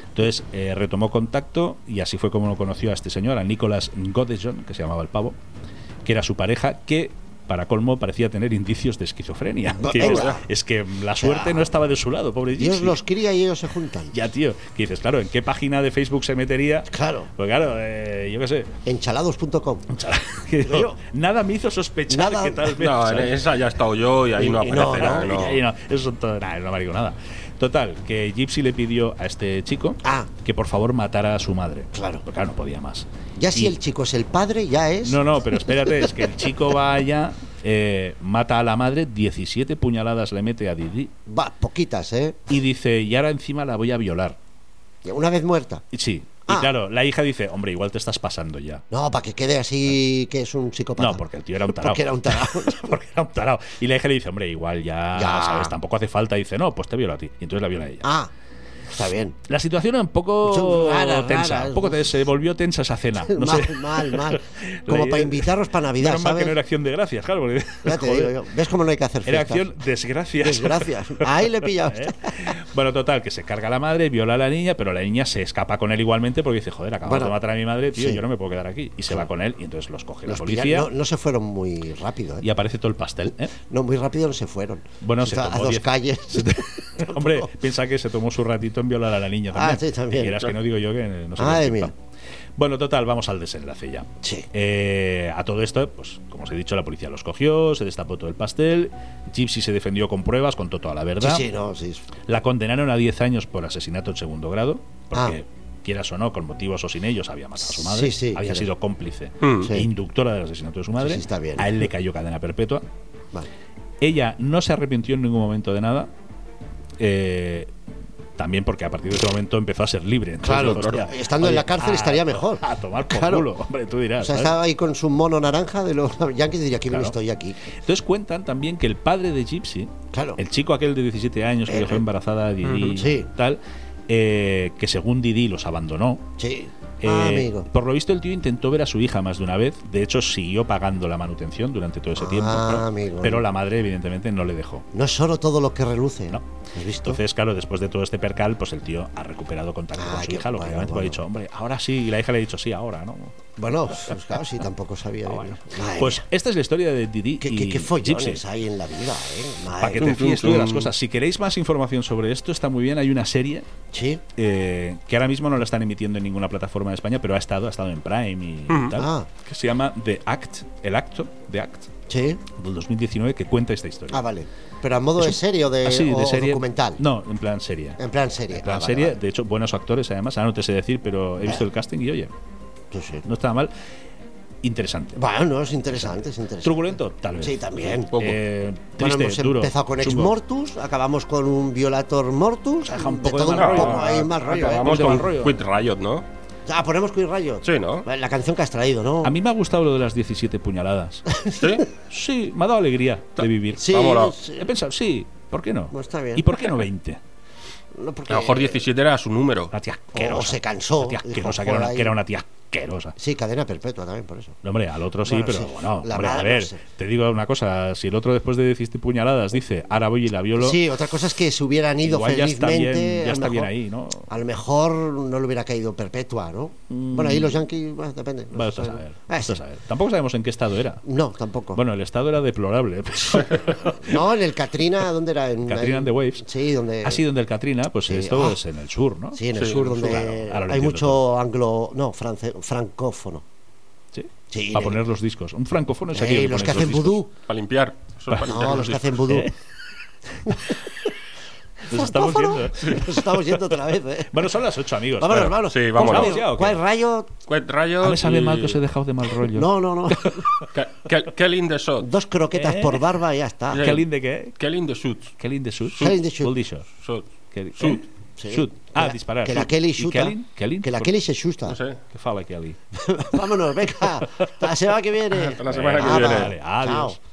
S2: Entonces eh, retomó contacto y así fue como lo conoció a este señor, a Nicholas Godejon, que se llamaba el pavo, que era su pareja, que para colmo parecía tener indicios de esquizofrenia.
S1: Va-
S2: Que
S1: venga.
S2: dices, es que la suerte no estaba de su lado, pobre Gypsy.
S1: Dios los cría y ellos se juntan.
S2: Ya, tío, que dices, claro, ¿en qué página de Facebook se metería?
S1: Claro.
S2: Pues claro, eh, yo qué sé,
S1: Enchalados.com.
S2: que digo, nada me hizo sospechar
S1: Nada-
S2: que tal vez.
S3: No, en
S2: ¿sabes?
S3: esa ya he estado yo y ahí no
S1: Y- y
S3: aparece
S1: no,
S3: nada.
S2: Y-
S3: no.
S2: y no, eso son todo- nah, no me digo nada. Total, que Gypsy le pidió a este chico
S1: Ah.
S2: que por favor matara a su madre.
S1: Claro.
S2: Porque claro, no podía más.
S1: Ya
S2: Y-
S1: si el chico es el padre, ya es.
S2: No, no, pero espérate, es que el chico va allá, eh, mata a la madre, 17 puñaladas le mete a Didi
S1: Va, poquitas, ¿eh?
S2: y dice, y ahora encima la voy a violar.
S1: Una vez muerta.
S2: Y sí. Y
S1: Ah.
S2: claro, la hija dice, hombre, igual te estás pasando ya.
S1: No, para que quede así que es un psicópata.
S2: No, porque el tío era un tarao.
S1: Porque era un tarao.
S2: porque era un tarao. Y la hija le dice, hombre, igual ya,
S1: Ya.
S2: ¿sabes? Tampoco hace falta. Y dice, no, pues te violo a ti. Y entonces la viola a ella.
S1: ah, Está bien.
S2: La situación era un poco
S1: Son raras,
S2: tensa.
S1: raras,
S2: un poco
S1: ¿no?
S2: te- se volvió tensa esa cena. No
S1: mal,
S2: sé.
S1: mal, mal. Como para invitarlos para Navidad,
S2: Menos mal que
S1: ¿sabes?
S2: no era acción de gracias, claro. porque-
S1: Ya te
S2: joder,
S1: digo yo. ¿Ves cómo no hay que hacer
S2: era
S1: fiestas?
S2: acción desgracias.
S1: Desgracias. Ahí le he pillado. este.
S2: ¿Eh? Bueno, total, que se carga la madre, viola a la niña, pero la niña se escapa con él igualmente porque dice, joder, acabamos
S1: Bueno,
S2: de matar a mi madre, tío,
S1: sí.
S2: yo no me puedo quedar aquí. Y se va con él y entonces los coge
S1: Los
S2: la
S1: pillan-
S2: policía
S1: no, no se fueron muy rápido, ¿eh?
S2: y aparece todo el pastel. ¿eh?
S1: No, muy rápido no se fueron.
S2: Bueno,
S1: Se
S2: se
S1: está
S2: tomó
S1: a dos
S2: diez-
S1: calles.
S2: Hombre, piensa que se tomó su ratito en violar a la niña también.
S1: Ah, sí, también.
S2: Que quieras que no digo yo que no se
S1: Madre
S2: lo
S1: mía.
S2: chupa. Bueno, total, vamos al desenlace ya.
S1: Sí.
S2: Eh, a todo esto, pues como os he dicho, la policía los cogió, se destapó todo el pastel, Gypsy se defendió con pruebas, contó toda la
S1: sí,
S2: verdad.
S1: sí, no, sí.
S2: La condenaron a 10 años por asesinato en segundo grado, porque quieras o no, con motivos o sin ellos, había matado a su madre,
S1: Ah. Sí, sí,
S2: había
S1: claro.
S2: sido cómplice
S3: Mm.
S1: Sí.
S2: e inductora del asesinato de su madre.
S1: Sí, sí, está bien.
S2: A él le cayó cadena perpetua.
S1: Vale.
S2: Ella no se arrepintió en ningún momento de nada. eh, también porque a partir de ese momento empezó a ser libre. Entonces,
S1: Claro,
S2: dijo, hostia,
S1: estando en la cárcel estaría mejor.
S2: A tomar por
S1: Claro.
S2: culo, hombre, tú
S1: O
S2: dirás.
S1: sea,
S2: ¿sabes?
S1: estaba ahí con su mono naranja de los yankees y diría, ¿qué bien
S2: Claro.
S1: estoy aquí?
S2: Entonces cuentan también que el padre de Gypsy,
S1: Claro.
S2: el chico aquel de 17 años que
S1: Eh,
S2: dejó
S1: eh.
S2: embarazada a Didi,
S1: Ujú, sí.
S2: tal, eh, que según Didi los abandonó.
S1: Sí.
S2: Eh,
S1: Ah, amigo.
S2: Por lo visto, el tío intentó ver a su hija más de una vez. De hecho, siguió pagando la manutención durante todo ese
S1: Ah,
S2: tiempo. claro.
S1: amigo.
S2: Pero la madre, evidentemente, no le dejó.
S1: No es solo todo lo que reluce.
S2: No.
S1: ¿Has visto?
S2: Entonces, claro, después de todo este percal, pues el tío ha recuperado contacto
S1: Ah,
S2: con su
S1: qué
S2: hija,
S1: bueno,
S2: lógicamente, porque ha
S1: bueno.
S2: dicho, hombre, ahora sí, y la hija le ha dicho, sí, ahora, ¿no?
S1: bueno, pues claro, sí, tampoco sabía.
S2: Ah,
S1: de-
S2: bueno.
S1: Madre
S2: Pues
S1: mía.
S2: esta es la historia de Didi
S1: qué,
S2: y
S1: qué, qué follones
S2: Gypsy.
S1: hay en la vida, ¿eh? Madre
S2: Para que te
S1: mía.
S3: Tum, tum,
S2: fíes tú de las
S3: tum.
S2: cosas. Si queréis más información sobre esto, está muy bien. Hay una serie
S1: Sí.
S2: eh, que ahora mismo no la están emitiendo en ninguna plataforma de España, pero ha estado, ha estado en Prime y
S3: Ujú.
S2: tal,
S1: Ah.
S2: que se llama The Act, el acto, The Act,
S1: Sí.
S2: del 2019, que cuenta esta historia.
S1: Ah, vale. Pero a modo
S2: Es
S1: de
S2: un-
S1: serie o de,
S2: Ah, sí,
S1: o
S2: serie.
S1: documental.
S2: No, en plan serie.
S1: En plan serie.
S2: En plan
S1: Ah, vale,
S2: serie,
S1: vale.
S2: de hecho, buenos actores además, ahora no te sé decir, pero he visto
S1: Ah.
S2: el casting y oye,
S1: Sí, sí.
S2: no estaba mal. Interesante.
S1: Bueno, es interesante, es interesante.
S2: Truculento, tal vez.
S1: Sí, también.
S3: Poco.
S2: Eh,
S1: Bueno,
S2: triste,
S1: hemos
S2: duro.
S1: empezado con Ex
S2: chungo.
S1: Mortus, acabamos con un Violator Mortus.
S2: Deja un
S1: de
S2: poco de
S1: todo
S2: mal rollo.
S1: poco ahí, mal rollo. ¿eh?
S3: Acabamos
S2: Ponte mal
S3: con
S2: rollo.
S3: Quit Riot, ¿no?
S1: Ah, ponemos Queen Rayo.
S3: Sí, ¿no?
S1: La canción que has traído, ¿no?
S2: A mí me ha gustado lo de las 17 puñaladas.
S3: Sí.
S2: Sí, me ha dado alegría de vivir.
S1: Sí,
S3: Vámonos.
S1: sí.
S2: He pensado, sí, ¿por qué no?
S1: Bueno, está bien.
S2: ¿Y por qué no 20?
S1: No, porque-
S3: A lo mejor 17 era su número.
S2: La tía asquerosa.
S1: O Oh, se cansó,
S2: La tía
S1: dijo,
S2: asquerosa, que era, una,
S1: "Joder,
S2: que era una tía asquerosa.
S1: Sí, cadena perpetua también, por eso.
S2: No, hombre, al otro sí,
S1: Bueno,
S2: pero
S1: sí.
S2: bueno,
S1: La
S2: hombre, a
S1: madre,
S2: ver,
S1: no sé.
S2: te digo una cosa, si el otro después de 17 puñaladas dice, ahora voy y la violo,
S1: Sí, otra cosa es que se hubieran ido
S2: igual ya está
S1: felizmente. a
S2: bien, ya
S1: lo
S2: está bien
S1: mejor-
S2: ahí, ¿no?
S1: A lo mejor no le hubiera caído perpetua, ¿no? Bueno, ahí los yankees, bueno, depende. no
S2: Vale,
S1: se
S2: esto Mm. a
S1: sabe.
S2: saber,
S1: Ah,
S2: esto a
S1: sí.
S2: saber. Tampoco sabemos en qué estado era.
S1: No, tampoco.
S2: Bueno, el estado era deplorable. pero-
S1: No, en el Katrina, ¿dónde era? En,
S2: Katrina
S1: en-
S2: and the Waves.
S1: Sí, donde.
S2: Así donde el Katrina, pues
S1: Sí,
S2: esto
S1: ah.
S2: es en el sur, ¿no?
S1: Sí, en el sur, donde
S2: Claro, ahora lo
S1: hay
S2: entiendo
S1: mucho
S2: todo.
S1: anglo. No, france- francófono.
S2: Sí.
S1: Sí,
S2: Para
S1: de-
S2: poner los discos. Un francófono es
S1: Eh,
S2: aquí donde
S1: los que
S2: pones
S1: hacen
S2: discos.
S1: vudú.
S3: Para limpiar. Eso es para
S1: No,
S3: limpiar.
S1: los que hacen vudú.
S2: ¿Eh? Nos estamos
S1: ¿Francófono?
S2: viendo.
S1: Nos estamos yendo otra vez, ¿eh?
S2: Bueno, son las ocho, amigos.
S1: Vámonos,
S2: Bueno,
S1: vámonos.
S3: sí, vámonos.
S1: ¿Cómo se llama?
S2: ¿Ya o qué?
S1: ¿Cuál rayo?
S3: Quit Riot.
S2: Ah, me sabe
S3: y-
S2: mal que os he dejado de mal rollo.
S1: No, no, no.
S3: Ke- Ke- Kelly in the Shot.
S1: Dos croquetas
S2: ¿Eh?
S1: por barba y ya está.
S3: Ya.
S2: Qué lindo que
S3: Kelly in the Shoot.
S2: Qué lindo shoot.
S1: Qué lindo shoot.
S2: Goldie shot.
S3: Shot.
S2: Qué- ¿eh?
S3: Shoot.
S1: Sí.
S2: Shoot. Ah,
S1: Que la-
S2: disparar.
S1: Que la
S2: Shoot.
S1: Kelly
S2: ¿Y
S1: shoota.
S2: Kelly? Kelly?
S1: Que la
S2: Por-
S1: Kelly se asusta.
S3: No sé.
S2: ¿Qué fala Kelly?
S1: Vámonos, venga. Hasta la semana que viene.
S3: Hasta la semana que
S1: Venga,
S3: viene.
S1: va.
S2: Vale, adiós.
S1: Chao.